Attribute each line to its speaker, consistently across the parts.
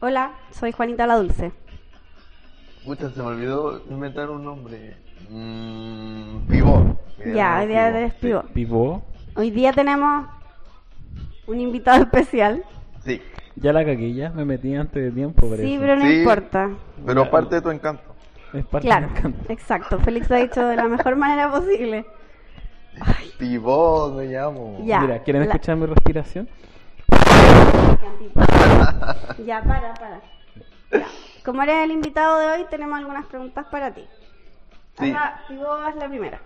Speaker 1: Hola, soy Juanita la Dulce.
Speaker 2: Pucha, se me olvidó inventar un nombre. Mm, pivot.
Speaker 1: Ya,
Speaker 2: Mira,
Speaker 1: hoy
Speaker 2: no,
Speaker 1: día
Speaker 2: pivot.
Speaker 1: eres pivot.
Speaker 3: Pivó.
Speaker 1: Hoy día tenemos un invitado especial.
Speaker 2: Sí, sí,
Speaker 3: Ya la cagué, ya me metí antes de tiempo, parece.
Speaker 1: Sí, pero no
Speaker 2: Sí.
Speaker 1: importa.
Speaker 2: pero aparte de tu encanto.
Speaker 3: Es parte
Speaker 1: Claro,
Speaker 3: del canto.
Speaker 1: exacto. Félix lo ha dicho de la mejor manera posible.
Speaker 2: Pivot me llamo.
Speaker 1: Ya.
Speaker 3: Mira, ¿quieren
Speaker 1: la-
Speaker 3: escuchar mi respiración?
Speaker 1: Ya, para, para. Ya. Como eres el invitado de hoy, tenemos algunas preguntas para ti.
Speaker 2: Sí.
Speaker 1: Ajá, y vos haz la primera.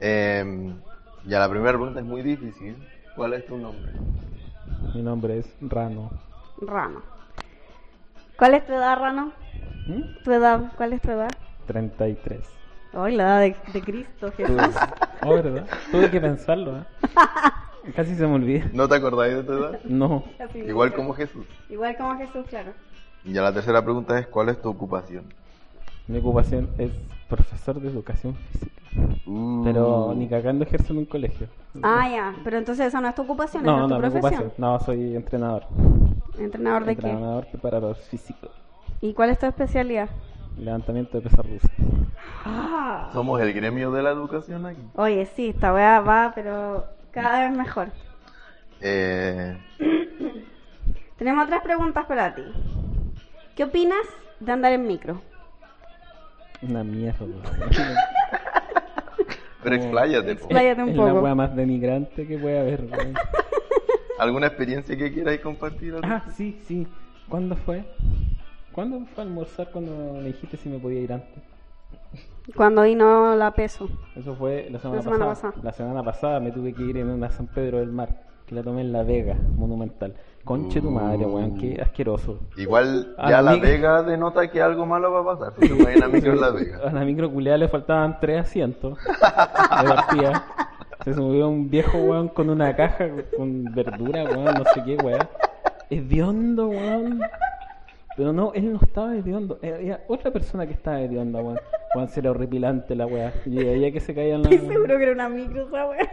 Speaker 2: Em, ya la primera pregunta es muy difícil. ¿Cuál es tu nombre?
Speaker 3: Mi nombre es Rano.
Speaker 1: Rano. ¿Cuál es tu edad, Rano?
Speaker 3: ¿Mm?
Speaker 1: ¿Tu edad? ¿Cuál es tu edad?
Speaker 3: 33.
Speaker 1: Hoy la edad de, de Cristo,
Speaker 3: Tuve...
Speaker 1: Jesús.
Speaker 3: Oh, ¿verdad? Tuve que pensarlo, ¿eh? Casi se me olvida.
Speaker 2: ¿No te acordáis de tu edad?
Speaker 3: No.
Speaker 1: La primera.
Speaker 2: Igual como Jesús.
Speaker 1: Igual como Jesús, claro.
Speaker 2: Ya la tercera pregunta es ¿cuál es tu ocupación?
Speaker 3: Mi ocupación es profesor de educación física.
Speaker 2: Uh,
Speaker 3: Pero ni cagando ejerzo en un colegio.
Speaker 1: Mm. Ah, ya. Pero entonces esa no es tu ocupación, esa
Speaker 3: No,
Speaker 1: es tu
Speaker 3: no, mi
Speaker 1: profesión.
Speaker 3: ocupación. No, soy entrenador.
Speaker 1: ¿Entrenador de qué?
Speaker 3: Entrenador preparador físico.
Speaker 1: ¿Y cuál es tu especialidad?
Speaker 3: Levantamiento de pesas rusas.
Speaker 1: Ah.
Speaker 2: Somos el gremio de la educación aquí.
Speaker 1: Oye, sí, esta weá va, pero cada vez mejor.
Speaker 2: Eh,
Speaker 1: Tenemos otras preguntas para ti. ¿Qué opinas de andar en micro?
Speaker 3: Una mierda.
Speaker 2: pero expláyate. po.
Speaker 1: Expláyate un
Speaker 3: es la
Speaker 1: poco.
Speaker 3: wea más denigrante que puede haber. weón.
Speaker 2: ¿Alguna experiencia que quieras compartir?
Speaker 3: ah, sí, sí. ¿Cuándo fue? ¿Cuándo fue a almorzar cuando me dijiste si me podía ir antes?
Speaker 1: Cuando vino la peso.
Speaker 3: Eso fue la semana,
Speaker 1: La semana
Speaker 3: pasada.
Speaker 1: pasada.
Speaker 3: La semana pasada me tuve que ir en una San Pedro del Mar, que la tomé en La Vega, monumental. Conche tu madre, weón, qué asqueroso.
Speaker 2: Igual
Speaker 3: A
Speaker 2: ya
Speaker 3: la
Speaker 2: la
Speaker 3: migra.
Speaker 2: Vega denota que algo malo va a pasar. Porque no hay una micro en la Vega.
Speaker 3: A la micro culiada le faltaban tres asientos de partida. Se subió un viejo weón con una caja con verdura, weón, no sé qué, weón. Hediondo, weón. Pero no, él no estaba hediondo. Eh, Había otra persona que estaba hedionda, weón. Weón, se era horripilante la weá. Y ella que se caía en la...
Speaker 1: Estoy seguro que era una micro esa weá.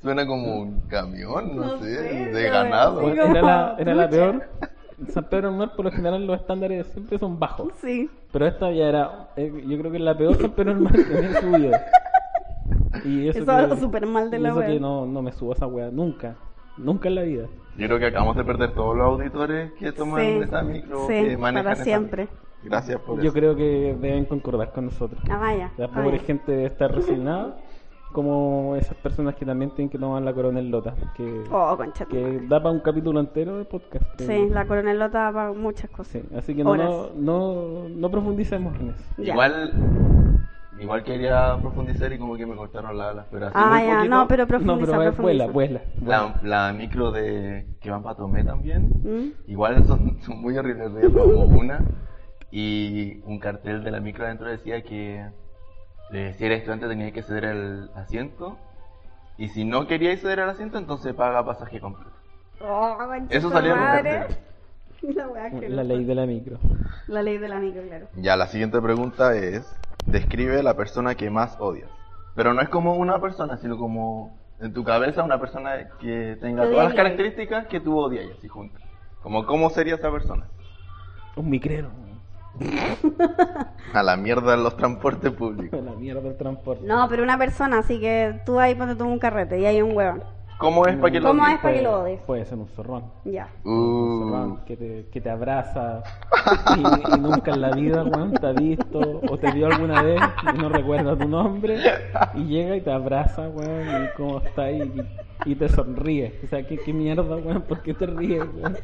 Speaker 2: Suena como un camión, no,
Speaker 1: No
Speaker 2: sé,
Speaker 1: sé,
Speaker 2: de
Speaker 1: no,
Speaker 2: ganado.
Speaker 1: sí.
Speaker 3: Weón, era la,
Speaker 1: como
Speaker 3: era la
Speaker 1: ducha.
Speaker 3: peor. En San Pedro del Mar, por lo general, los estándares siempre son bajos.
Speaker 1: Sí.
Speaker 3: Pero esta ya era, eh, yo creo que es la peor San Pedro del Mar que me he subido. Y
Speaker 1: Eso habla súper mal de
Speaker 3: y
Speaker 1: la
Speaker 3: eso
Speaker 1: wea.
Speaker 3: que no, no me subo a esa wea nunca, nunca en la vida.
Speaker 2: Yo creo que acabamos de perder todos los auditores que toman
Speaker 1: Sí,
Speaker 2: esa micro.
Speaker 1: sí,
Speaker 2: que manejan
Speaker 1: para
Speaker 2: esa
Speaker 1: siempre.
Speaker 2: micro. Gracias por
Speaker 3: Yo
Speaker 2: eso.
Speaker 3: creo que deben concordar con nosotros.
Speaker 1: Ah, vaya.
Speaker 3: La
Speaker 1: ah,
Speaker 3: pobre
Speaker 1: ya.
Speaker 3: gente debe estar resignada, como esas personas que también tienen que tomar la coronel lota, que,
Speaker 1: Oh, concha. tu
Speaker 3: que
Speaker 1: madre.
Speaker 3: da para un capítulo entero de podcast. creo.
Speaker 1: Sí, la coronelota da para muchas cosas.
Speaker 3: Sí, así que no,
Speaker 1: Horas.
Speaker 3: no, no, no profundicemos en eso.
Speaker 1: Ya.
Speaker 2: Igual, igual quería profundizar y como que me cortaron la alas, pero así
Speaker 1: Ah,
Speaker 2: muy
Speaker 1: ya,
Speaker 2: poquito.
Speaker 1: no, pero profundiza,
Speaker 3: no, pero eh, vuela,
Speaker 1: profundiza.
Speaker 3: vuela. vuela.
Speaker 2: La, la micro de que van para Tomé también.
Speaker 1: ¿Mm?
Speaker 2: Igual son, son muy horribles, de como una. Y un cartel de la micro adentro decía que eh, si eres estudiante tenías que ceder el asiento. Y si no querías ceder el asiento, entonces paga pasaje completo.
Speaker 1: Oh, concha
Speaker 2: Eso
Speaker 1: tu
Speaker 2: salía en un
Speaker 1: madre.
Speaker 2: cartel.
Speaker 1: La weá que
Speaker 3: La
Speaker 1: no-
Speaker 3: ley de la micro.
Speaker 1: la ley de la micro, claro.
Speaker 2: Ya, la siguiente pregunta es: Describe la persona que más odias. Pero no es como una persona, sino como en tu cabeza una persona que tenga
Speaker 1: Que
Speaker 2: todas las
Speaker 1: odiaría.
Speaker 2: características que tú odias y así juntas. Como, ¿cómo sería esa persona?
Speaker 3: Un micrero. weón.
Speaker 2: A la mierda los transportes públicos.
Speaker 3: La mierda del transporte.
Speaker 1: No, pero una persona, así que tú ahí ponte tú un carrete y hay un huevón.
Speaker 2: ¿Cómo es para que lo
Speaker 1: ¿Cómo
Speaker 2: odies?
Speaker 1: es para que lo odies?
Speaker 3: Puede ser un zorrón.
Speaker 1: Ya.
Speaker 3: Un
Speaker 2: Uh,
Speaker 3: zorrón que te, que te abraza y, y nunca en la vida, weón, te ha visto o te vio alguna vez y no recuerda tu nombre y llega y te abraza, weón, y cómo está y, y te sonríe. O sea, ¿qué, qué mierda, weón? ¿Por qué te ríes, weón?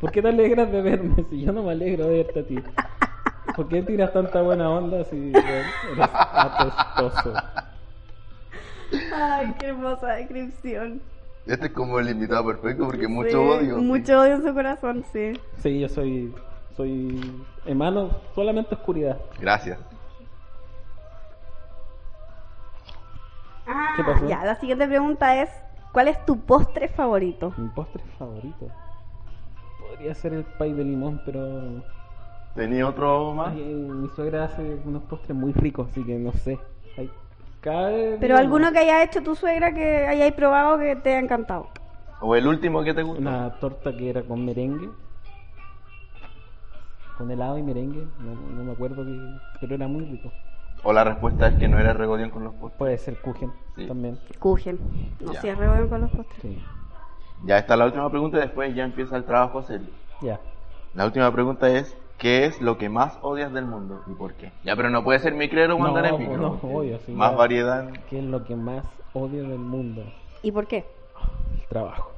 Speaker 3: ¿Por qué te alegras de verme si yo no me alegro de verte a ti? ¿Por qué tiras tanta buena onda si weón, eres apestoso?
Speaker 1: Ay, qué hermosa descripción.
Speaker 2: Este es como el invitado perfecto porque mucho
Speaker 1: Sí,
Speaker 2: odio. sí.
Speaker 1: Mucho odio en su corazón, sí.
Speaker 3: Sí, yo soy. Soy. Emano solamente oscuridad.
Speaker 2: Gracias.
Speaker 1: Ah,
Speaker 3: ¿Qué pasó?
Speaker 1: ya, la siguiente pregunta es: ¿Cuál es tu postre favorito?
Speaker 3: Mi postre favorito. Podría ser el pay de limón, pero.
Speaker 2: ¿Tenía otro
Speaker 1: Ah.
Speaker 2: más?
Speaker 3: Ay, eh, mi suegra hace unos postres muy ricos, así que no sé. Ay, cada vez-
Speaker 1: Pero alguno que haya hecho tu suegra que hayáis probado que te haya encantado.
Speaker 2: ¿O el último que te gusta?
Speaker 3: Una torta que era con merengue. Con helado y merengue. No, no me acuerdo, que, pero era muy rico.
Speaker 2: ¿O la respuesta es que no era regodión con los postres?
Speaker 3: Puede ser kuchen
Speaker 2: Sí.
Speaker 3: también.
Speaker 1: Cujen. No
Speaker 2: Ya.
Speaker 1: sé, re bueno con los postres.
Speaker 3: Sí.
Speaker 2: Ya está la última pregunta y después ya empieza el trabajo serio.
Speaker 3: Ya.
Speaker 2: La última pregunta es, ¿qué es lo que más odias del mundo y por qué? Ya, pero no puede ser micrero o
Speaker 3: No,
Speaker 2: andar en
Speaker 3: pues
Speaker 2: micro.
Speaker 3: no,
Speaker 2: porque
Speaker 3: obvio, sí,
Speaker 2: más
Speaker 3: ya.
Speaker 2: variedad.
Speaker 3: ¿Qué es lo que más odio del mundo?
Speaker 1: ¿Y por qué?
Speaker 3: El trabajo.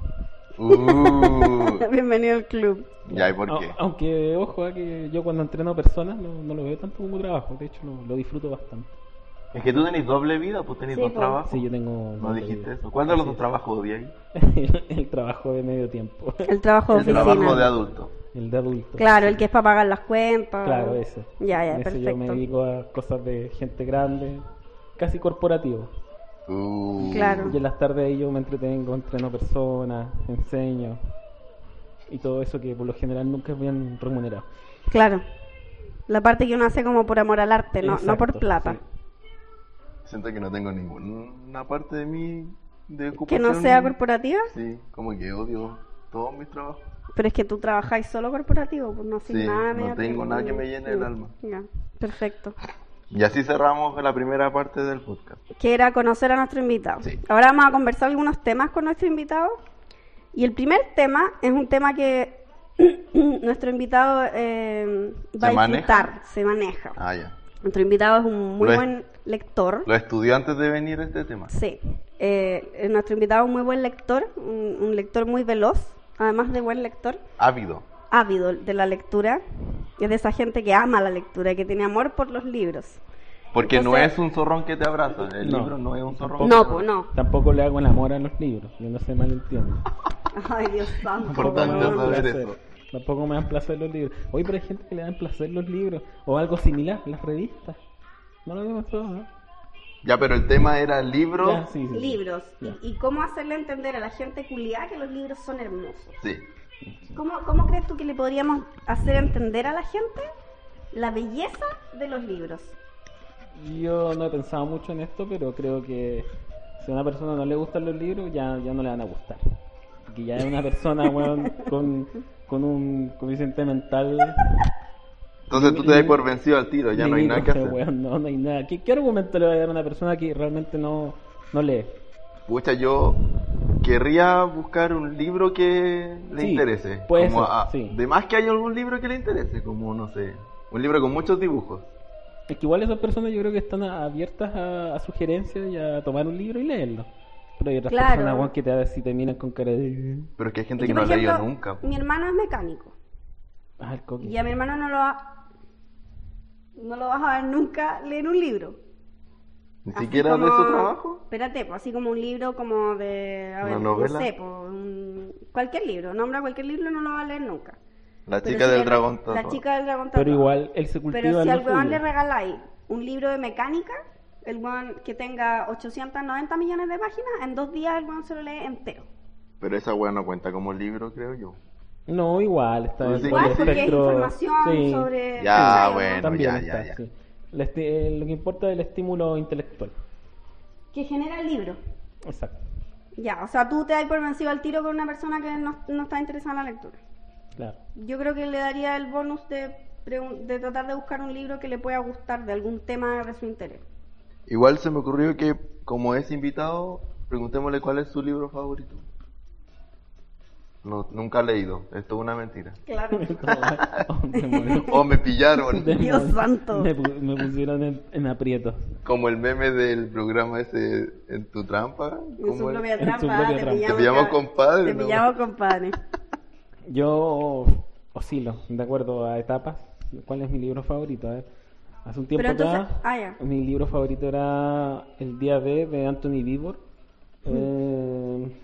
Speaker 2: Uh,
Speaker 1: Bienvenido al club.
Speaker 2: ya, ¿y por
Speaker 3: Au-
Speaker 2: qué?
Speaker 3: Aunque, ojo, a que yo cuando entreno a personas no, no lo veo tanto como trabajo. De hecho, lo, lo disfruto bastante.
Speaker 2: Es que tú tenés doble vida, pues tenés
Speaker 1: Sí,
Speaker 2: dos
Speaker 1: pues.
Speaker 2: trabajos.
Speaker 3: Sí, yo tengo...
Speaker 2: No dijiste eso. ¿Cuál de los dos trabajos odias?
Speaker 3: el, el trabajo de medio tiempo.
Speaker 1: El trabajo de
Speaker 2: El
Speaker 1: oficina.
Speaker 2: trabajo de adulto.
Speaker 3: El de adulto.
Speaker 1: Claro, el que es para pagar las cuentas.
Speaker 3: Claro, ese.
Speaker 1: Ya, ya,
Speaker 3: Ese Yo me
Speaker 1: perfecto.
Speaker 3: dedico a cosas de gente grande, casi corporativo.
Speaker 2: Uh,
Speaker 1: Claro.
Speaker 3: Y en las tardes ahí yo me entretengo, entreno personas, enseño. Y todo eso que por lo general nunca es bien remunerado.
Speaker 1: Claro. La parte que uno hace como por amor al arte, no, no por
Speaker 3: Exacto,
Speaker 1: plata.
Speaker 2: Siento que no tengo ninguna parte de mí de
Speaker 1: Que
Speaker 2: ocupación.
Speaker 1: no sea corporativa,
Speaker 2: Sí, como que odio todos mis trabajos.
Speaker 1: pero es que tú trabajáis solo corporativo, pues no haces
Speaker 2: Sí,
Speaker 1: nada.
Speaker 2: no
Speaker 1: medio
Speaker 2: tengo
Speaker 1: tiempo.
Speaker 2: nada que me llene el
Speaker 1: Ya,
Speaker 2: alma.
Speaker 1: Ya, perfecto.
Speaker 2: Y así cerramos la primera parte del podcast.
Speaker 1: que era conocer a nuestro invitado.
Speaker 2: Sí.
Speaker 1: Ahora vamos a conversar algunos temas con nuestro invitado. Y el primer tema es un tema que nuestro invitado eh, va
Speaker 2: ¿Se
Speaker 1: a
Speaker 2: maneja?
Speaker 1: disfrutar, se maneja.
Speaker 2: Ah, ya.
Speaker 1: Nuestro invitado es un muy
Speaker 2: Lo es.
Speaker 1: buen lector.
Speaker 2: Lo estudió antes de venir este tema.
Speaker 1: Sí, Eh, eh, nuestro invitado es un muy buen lector, un, un lector muy veloz, además de buen lector,
Speaker 2: Ávido.
Speaker 1: ávido de la lectura. Es de esa gente que ama la lectura, que tiene amor por los libros.
Speaker 2: Porque no
Speaker 1: Entonces-
Speaker 2: es un zorrón que te abraza. El
Speaker 3: No.
Speaker 2: libro no es un zorrón. que
Speaker 1: No,
Speaker 2: te
Speaker 1: pues
Speaker 2: abraza.
Speaker 1: no.
Speaker 3: Tampoco le hago el amor a los libros, yo no se malentiendo.
Speaker 1: Ay, Dios santo.
Speaker 2: Importante
Speaker 1: por
Speaker 3: Tampoco
Speaker 1: favor.
Speaker 3: me dan
Speaker 2: saber
Speaker 3: placer.
Speaker 2: eso.
Speaker 3: Tampoco me dan placer los libros. Oye, pero hay gente que le dan placer los libros o algo similar, las revistas. No lo había pensado, ¿no?
Speaker 2: Ya, pero el tema era libro.
Speaker 3: Ya, sí, sí, sí.
Speaker 1: libros y-
Speaker 3: Ya.
Speaker 1: y, cómo hacerle entender a la gente culiada que los libros son hermosos.
Speaker 2: Sí.
Speaker 1: ¿Cómo, ¿Cómo crees tú que le podríamos hacer entender a la gente la belleza de los libros?
Speaker 3: Yo no he pensado mucho en esto, pero creo que si a una persona no le gustan los libros, ya, ya no le van a gustar. Que ya es una persona weón, con, con un coeficiente mental.
Speaker 2: Entonces tú te das por vencido al tiro, ya no hay nada que
Speaker 3: limítrofe,
Speaker 2: hacer.
Speaker 3: weón, no, no hay nada. ¿Qué, qué argumento le va a dar a una persona que realmente no, no lee?
Speaker 2: Pucha, yo querría buscar un libro que le
Speaker 3: Sí,
Speaker 2: interese.
Speaker 3: puede
Speaker 2: como
Speaker 3: ser, sí.
Speaker 2: De más que hay algún libro que le interese, como no sé. Un libro con muchos dibujos.
Speaker 3: Es que igual esas personas yo creo que están a- abiertas a, a sugerencias y a tomar un libro y leerlo. Pero hay otras
Speaker 1: Claro.
Speaker 3: personas weón, que te, así te miran con cara de...
Speaker 2: Pero es que hay
Speaker 1: Es
Speaker 2: gente
Speaker 1: que,
Speaker 2: que no
Speaker 1: por
Speaker 2: ha leído
Speaker 1: ejemplo,
Speaker 2: nunca. po.
Speaker 1: Mi hermano es mecánico
Speaker 3: Ah, el coque.
Speaker 1: y a mi hermano no lo va- no lo vas a ver nunca leer un libro.
Speaker 2: Ni
Speaker 1: Así
Speaker 2: siquiera de
Speaker 1: como-
Speaker 2: su trabajo.
Speaker 1: Espérate, pues, así como un libro como de... A
Speaker 2: ¿Una
Speaker 1: ver,
Speaker 2: novela?
Speaker 1: No sé, pues, un- cualquier libro. Nombra cualquier libro, no lo va a leer nunca.
Speaker 2: La
Speaker 1: Pero
Speaker 2: chica
Speaker 1: si
Speaker 2: del
Speaker 1: le-
Speaker 2: dragón
Speaker 1: La
Speaker 2: tatuado.
Speaker 1: chica del dragón
Speaker 3: Pero
Speaker 1: tatuado.
Speaker 3: igual él se cultiva
Speaker 1: Pero si
Speaker 3: lo
Speaker 1: al weón
Speaker 3: suyo.
Speaker 1: le regaláis un libro de mecánica, el weón que tenga 890 millones de páginas, en dos días el weón se lo lee entero.
Speaker 2: Pero esa weá no cuenta como libro, creo yo.
Speaker 3: No, igual,
Speaker 2: Tú
Speaker 3: está bien.
Speaker 2: decís
Speaker 3: igual
Speaker 2: que
Speaker 1: Igual
Speaker 3: el
Speaker 2: Pues sí.
Speaker 1: porque
Speaker 3: espectro-
Speaker 1: es información
Speaker 3: sí,
Speaker 1: sobre...
Speaker 2: Ya,
Speaker 1: ¿cachai, no?
Speaker 2: bueno.
Speaker 3: también
Speaker 2: ya,
Speaker 3: está,
Speaker 2: ya, ya.
Speaker 3: sí. La esti- eh, lo que importa es el estímulo intelectual.
Speaker 1: Que genera el libro.
Speaker 3: Exacto,
Speaker 1: Ya, o sea, tú te das por vencido al tiro con una persona que no, no está interesada en la lectura.
Speaker 3: claro.
Speaker 1: Yo creo que le daría el bonus de, pregun- de tratar de buscar un libro que le pueda gustar de algún tema de su interés.
Speaker 2: Igual se me ocurrió que, como es invitado, preguntémosle cuál es su libro favorito. No, nunca ha leído, esto es una mentira.
Speaker 1: Claro.
Speaker 3: Oh, demonio.
Speaker 2: Oh, me pillaron.
Speaker 3: Demonio.
Speaker 1: santo.
Speaker 3: Me, pu- me pusieron en, en aprieto.
Speaker 2: Como el meme del programa ese en tu trampa.
Speaker 1: En su
Speaker 2: ¿cómo era?
Speaker 1: propia
Speaker 3: En su
Speaker 1: trampa,
Speaker 3: propia
Speaker 1: te
Speaker 3: trampa.
Speaker 1: pillamos,
Speaker 2: Te pillamos
Speaker 1: cab-
Speaker 2: compadre,
Speaker 1: Te
Speaker 2: ¿no?
Speaker 1: pillamos compadre.
Speaker 3: Yo oscilo, de acuerdo a etapas. ¿Cuál es mi libro favorito? A ver, Hace un tiempo
Speaker 1: Pero entonces-
Speaker 3: atrás,
Speaker 1: ah, ya.
Speaker 3: mi libro favorito era El Día D de Anthony Vivor. Eh,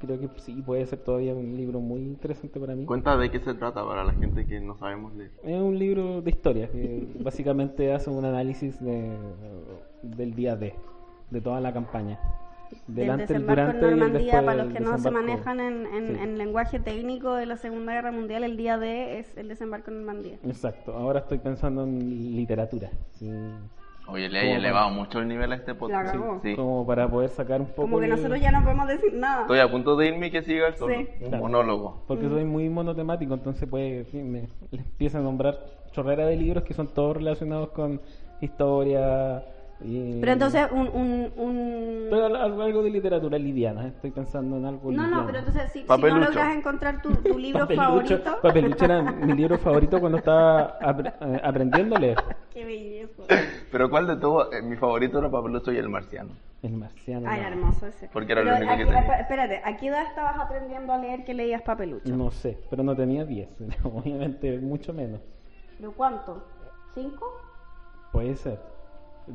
Speaker 3: creo que sí puede ser todavía un libro muy interesante para mí.
Speaker 2: Cuenta de qué se trata para la gente que no sabemos leer.
Speaker 3: Es un libro de historia que básicamente hace un análisis de, del día D, de toda la campaña.
Speaker 1: Del
Speaker 3: Delante, el
Speaker 1: desembarco en
Speaker 3: durante y el
Speaker 1: Normandía,
Speaker 3: después
Speaker 1: para
Speaker 3: del
Speaker 1: los que no se
Speaker 3: desembarco.
Speaker 1: manejan en, en-
Speaker 3: Sí.
Speaker 1: en lenguaje técnico de la Segunda Guerra Mundial, el día D es el desembarco en Normandía.
Speaker 3: Exacto, ahora estoy pensando en literatura. sí.
Speaker 2: Oye, le
Speaker 3: ¿Cómo
Speaker 2: he
Speaker 3: va?
Speaker 2: elevado mucho el nivel a este
Speaker 1: La
Speaker 2: podcast.
Speaker 1: cagó.
Speaker 2: Sí.
Speaker 3: Como para poder sacar un poco.
Speaker 1: Como que
Speaker 3: el-
Speaker 1: nosotros ya no podemos decir nada.
Speaker 2: Estoy a punto de irme y que siga el solo.
Speaker 1: Sí.
Speaker 2: Un
Speaker 3: Claro.
Speaker 2: monólogo.
Speaker 1: Mm.
Speaker 3: Porque soy muy monotemático, entonces pues sí, me le empiezo a nombrar chorrera de libros que son todos relacionados con historia. y-
Speaker 1: Pero entonces, un. un, un-
Speaker 3: Pero al- algo, algo de literatura liviana, estoy pensando en algo
Speaker 1: No,
Speaker 3: liviano.
Speaker 1: no, pero entonces, si, si no
Speaker 2: Papelucho.
Speaker 1: logras encontrar tu, tu libro
Speaker 3: Papelucho,
Speaker 1: favorito.
Speaker 3: Papelucho era mi libro favorito cuando estaba apre- eh, aprendiendo a leer.
Speaker 1: Qué belleza.
Speaker 2: Pero ¿cuál de todos? Eh, mi favorito era Papelucho y el marciano.
Speaker 3: El
Speaker 1: Ay,
Speaker 3: marciano. no.
Speaker 1: Ah, era hermoso ese.
Speaker 2: Porque era lo
Speaker 1: Pero
Speaker 2: único que
Speaker 1: aquí-
Speaker 2: tenía.
Speaker 1: esp- Espérate, ¿a qué edad estabas aprendiendo a leer que leías papelucho?
Speaker 3: No sé, pero no tenía 10, obviamente mucho menos.
Speaker 1: ¿Pero cuánto? ¿Cinco?
Speaker 3: Puede ser.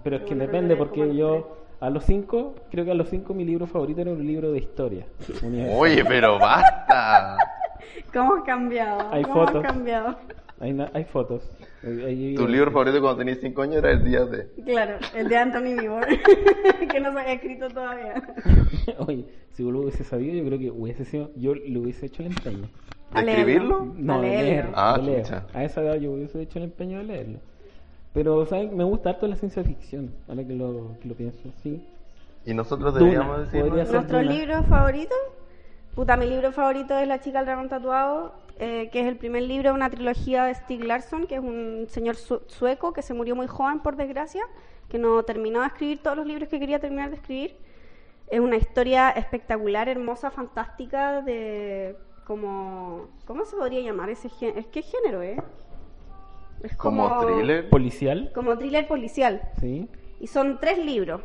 Speaker 3: Pero es que
Speaker 1: Bueno,
Speaker 3: depende,
Speaker 1: pero como
Speaker 3: porque
Speaker 1: el
Speaker 3: yo a los 5, creo que a los 5 mi libro favorito era un libro de historia. universal.
Speaker 2: Oye, pero basta.
Speaker 1: ¿Cómo has cambiado?
Speaker 3: Hay
Speaker 1: ¿Cómo
Speaker 3: fotos.
Speaker 1: has cambiado?
Speaker 3: Hay, na- hay fotos. Hay- hay-
Speaker 2: tu libro favorito cuando tenías 5 años era El Día de.
Speaker 1: Claro, el de Anthony Mibor, que no se había escrito todavía.
Speaker 3: Oye, si yo lo hubiese sabido, yo creo que hubiese sido, yo le hubiese hecho el empeño.
Speaker 1: A
Speaker 2: ¿De
Speaker 1: leerlo.
Speaker 2: escribirlo?
Speaker 3: No,
Speaker 1: A
Speaker 3: de
Speaker 1: leerlo.
Speaker 3: leerlo.
Speaker 2: Ah,
Speaker 3: de leer.
Speaker 2: chucha.
Speaker 3: A esa edad yo hubiese hecho el empeño de leerlo. Pero, ¿saben? Me gusta harto la ciencia ficción, ahora que lo, que lo pienso. Sí.
Speaker 2: Y nosotros
Speaker 3: Duna,
Speaker 2: deberíamos decir.
Speaker 3: podría
Speaker 2: ¿no?
Speaker 3: ser.
Speaker 1: ¿Nuestro
Speaker 3: Duna.
Speaker 1: libro favorito? Puta, mi libro favorito es La chica del dragón tatuado, eh, que es el primer libro de una trilogía de Stig Larsson, que es un señor su- sueco que se murió muy joven, por desgracia, que no terminó de escribir todos los libros que quería terminar de escribir. Es una historia espectacular, hermosa, fantástica, de como... ¿Cómo se podría llamar ese género? ¿Es qué género es? Es
Speaker 2: Como thriller.
Speaker 3: Policial,
Speaker 1: Como thriller policial.
Speaker 3: sí.
Speaker 1: Y son tres libros.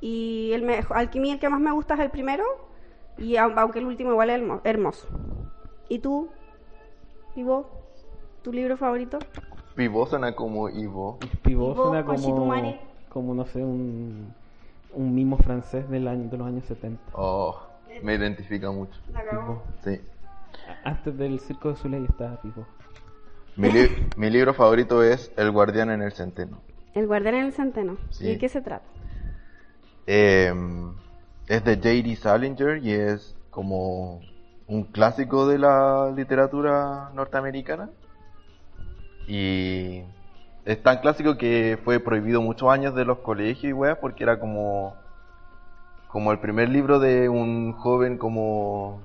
Speaker 1: Y el me- al que mí el que más me gusta es el primero. Y au- aunque el último igual es hermo- hermoso. ¿Y tú? ¿Y vos? ¿Tu libro favorito?
Speaker 2: Pivó suena como Ivo.
Speaker 3: Pivot
Speaker 1: Y vos,
Speaker 3: suena como,
Speaker 1: conchetumare.
Speaker 3: como, no sé, un, un mimo francés del año, de los años 70.
Speaker 2: Oh, me identifica mucho.
Speaker 3: Pivot.
Speaker 2: Sí.
Speaker 3: Antes del Circo de Soleil estaba Pivot.
Speaker 2: Mi, li- mi libro favorito es El Guardián en el Centeno.
Speaker 1: El guardián en el centeno.
Speaker 2: Sí.
Speaker 1: ¿Y de qué se trata?
Speaker 2: Eh, es de J.D. Salinger y es como un clásico de la literatura norteamericana. Y es tan clásico que fue prohibido muchos años de los colegios y weas porque era como, como el primer libro de un joven como...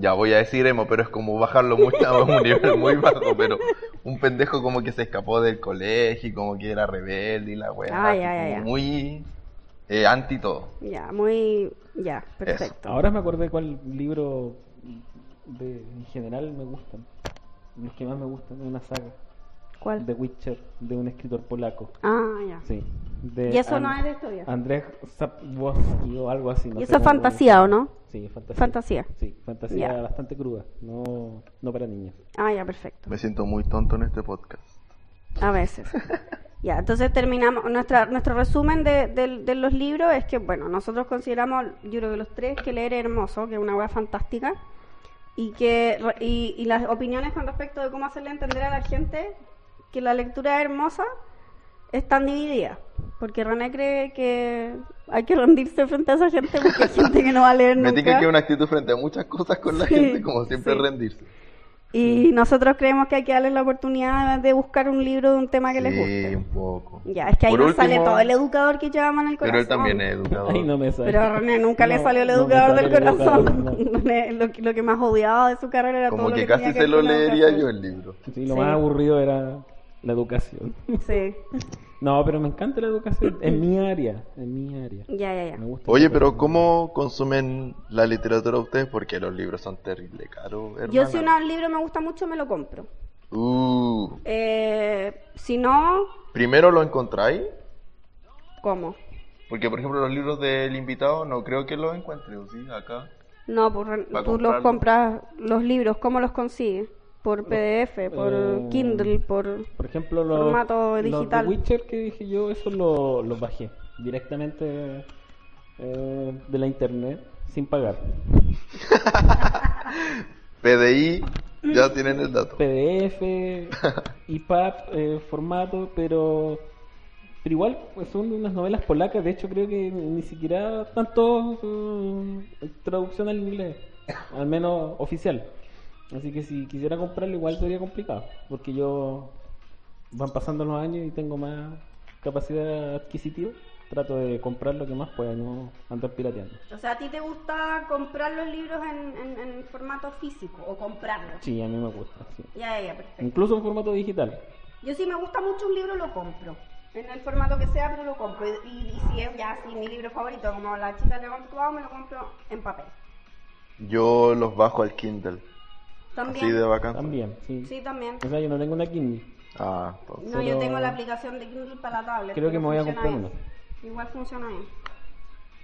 Speaker 2: Ya voy a decir emo, pero es como bajarlo mucho a un nivel muy bajo, pero un pendejo como que se escapó del colegio y como que era rebelde y la wea.
Speaker 1: Ah,
Speaker 2: así
Speaker 1: ya, ya,
Speaker 2: como
Speaker 1: ya.
Speaker 2: Muy eh, anti todo.
Speaker 1: Ya, muy... Ya, perfecto.
Speaker 3: Ahora me acordé cuál libro de, en general me gustan. Los que más me gustan es una saga.
Speaker 1: ¿Cuál?
Speaker 3: The Witcher, de un escritor polaco.
Speaker 1: Ah, ya.
Speaker 3: Sí. De
Speaker 1: Y eso
Speaker 3: An-
Speaker 1: no es de historia.
Speaker 3: Andrzej Sapkowski o algo así. no
Speaker 1: Y
Speaker 3: sé
Speaker 1: eso es
Speaker 3: cómo lo
Speaker 1: fantasía, ¿o
Speaker 3: dicen.
Speaker 1: no?
Speaker 3: Sí, fantasía.
Speaker 1: Fantasía.
Speaker 3: Sí, fantasía
Speaker 1: Ya.
Speaker 3: bastante cruda. No, no para niños.
Speaker 1: Ah, ya, perfecto.
Speaker 2: Me siento muy tonto en este podcast.
Speaker 1: A veces. Ya, entonces terminamos. Nuestra, nuestro resumen de, de- de los libros es que, bueno, nosotros consideramos, yo creo que los tres, que leer es hermoso, que es una hueá fantástica. Y, que, re- y, y las opiniones con respecto de cómo hacerle entender a la gente que la lectura es hermosa están divididas. Porque René cree que hay que rendirse frente a esa gente porque hay gente que no va a leer
Speaker 2: Me
Speaker 1: nunca.
Speaker 2: dije que es una actitud frente a muchas cosas con la
Speaker 1: Sí,
Speaker 2: gente, como siempre
Speaker 1: sí.
Speaker 2: rendirse.
Speaker 1: Y nosotros creemos que hay que darles la oportunidad de buscar un libro de un tema que les
Speaker 2: Sí,
Speaker 1: guste.
Speaker 2: un poco.
Speaker 1: Ya, es que ahí
Speaker 2: Por
Speaker 1: nos sale
Speaker 2: último-
Speaker 1: todo el educador que llevamos en el corazón.
Speaker 2: Pero él también es educador.
Speaker 3: Ay, no me sale.
Speaker 1: Pero a René nunca le
Speaker 3: No,
Speaker 1: salió el
Speaker 3: no me
Speaker 1: educador
Speaker 3: sale
Speaker 1: del
Speaker 3: el educador,
Speaker 1: corazón.
Speaker 3: no.
Speaker 1: René, lo, que- lo que más odiaba de su carrera era todo
Speaker 2: Como
Speaker 1: lo
Speaker 2: que,
Speaker 1: que,
Speaker 2: casi
Speaker 1: tenía
Speaker 2: se lo
Speaker 1: ver con la
Speaker 2: leería yo
Speaker 1: educación.
Speaker 2: el libro.
Speaker 3: Sí, lo
Speaker 1: Sí.
Speaker 3: más aburrido era la educación.
Speaker 1: Sí,
Speaker 3: No, pero me encanta la educación. En mi área, en mi área.
Speaker 1: ya, ya, ya.
Speaker 3: Me gusta
Speaker 2: Oye,
Speaker 3: la
Speaker 2: pero
Speaker 3: educación.
Speaker 2: ¿cómo consumen la literatura ustedes? Porque los libros son terrible caros, hermana.
Speaker 1: Yo si una- un libro me gusta mucho, me lo compro.
Speaker 2: Uh,
Speaker 1: Eh, si no,
Speaker 2: primero lo encontráis,
Speaker 1: ¿cómo?
Speaker 2: porque por ejemplo los libros del invitado no creo que los encuentre, ¿o sí? Acá.
Speaker 1: No, pues Ren-
Speaker 2: Va a
Speaker 1: tú los
Speaker 2: comprarlo.
Speaker 1: compras, los libros, ¿cómo los consigues? Por PDF, por
Speaker 3: Eh,
Speaker 1: Kindle, por...
Speaker 3: Por ejemplo, los,
Speaker 1: Formato
Speaker 3: los
Speaker 1: digital.
Speaker 3: de Witcher que dije yo, eso lo- los bajé directamente eh, de la internet. sin pagar.
Speaker 2: PDI,
Speaker 1: Mm.
Speaker 2: ya tienen el dato.
Speaker 3: PDF, IPAP, eh, formato, pero, pero igual pues, son unas novelas polacas, de hecho creo que ni siquiera tanto eh, traducción al inglés, al menos oficial. Así que si quisiera comprarlo igual sería complicado, porque yo van pasando los años y tengo más capacidad adquisitiva, trato de comprar lo que más pueda, no andar pirateando.
Speaker 1: O sea, ¿a ti te gusta comprar los libros en, en- en formato físico o comprarlos?
Speaker 3: Sí, a mí me gusta. sí.
Speaker 1: Ya, ya, perfecto.
Speaker 3: Incluso en formato digital.
Speaker 1: Yo sí me gusta mucho un libro, lo compro. En el formato que sea, pero lo compro. Y, y- y si es ya así mi libro favorito, como la chica le comprado, me lo compro en papel.
Speaker 2: Yo los bajo al Kindle. Así de
Speaker 1: También.
Speaker 2: bacán.
Speaker 3: También, sí.
Speaker 1: Sí, también.
Speaker 3: O sea, yo no tengo una Kindle.
Speaker 2: Ah, entonces.
Speaker 1: No, yo
Speaker 3: Pero-
Speaker 1: tengo la aplicación de Kindle para la tablet.
Speaker 3: Creo que
Speaker 1: pero
Speaker 3: me voy a
Speaker 1: funciona
Speaker 3: comprar
Speaker 1: bien. Igual funciona bien.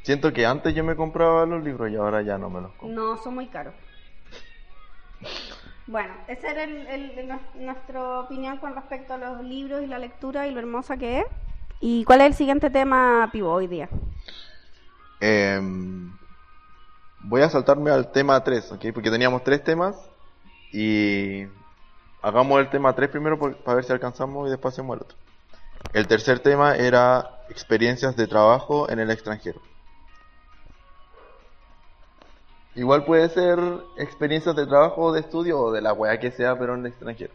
Speaker 2: Siento que antes yo me compraba los libros y ahora ya no me los compro.
Speaker 1: No, son muy caros. Bueno, esa era el- el- el- nos- nuestra opinión con respecto a los libros y la lectura y lo hermosa que es. ¿Y cuál es el siguiente tema, Pivo, hoy día?
Speaker 2: Em, voy a saltarme al tema 3, ¿ok? Porque teníamos tres temas y hagamos el tema 3 primero por- para ver si alcanzamos y después hacemos el otro. El tercer tema era experiencias de trabajo en el extranjero. Igual puede ser experiencias de trabajo, de estudio o de la weá que sea, pero en el extranjero.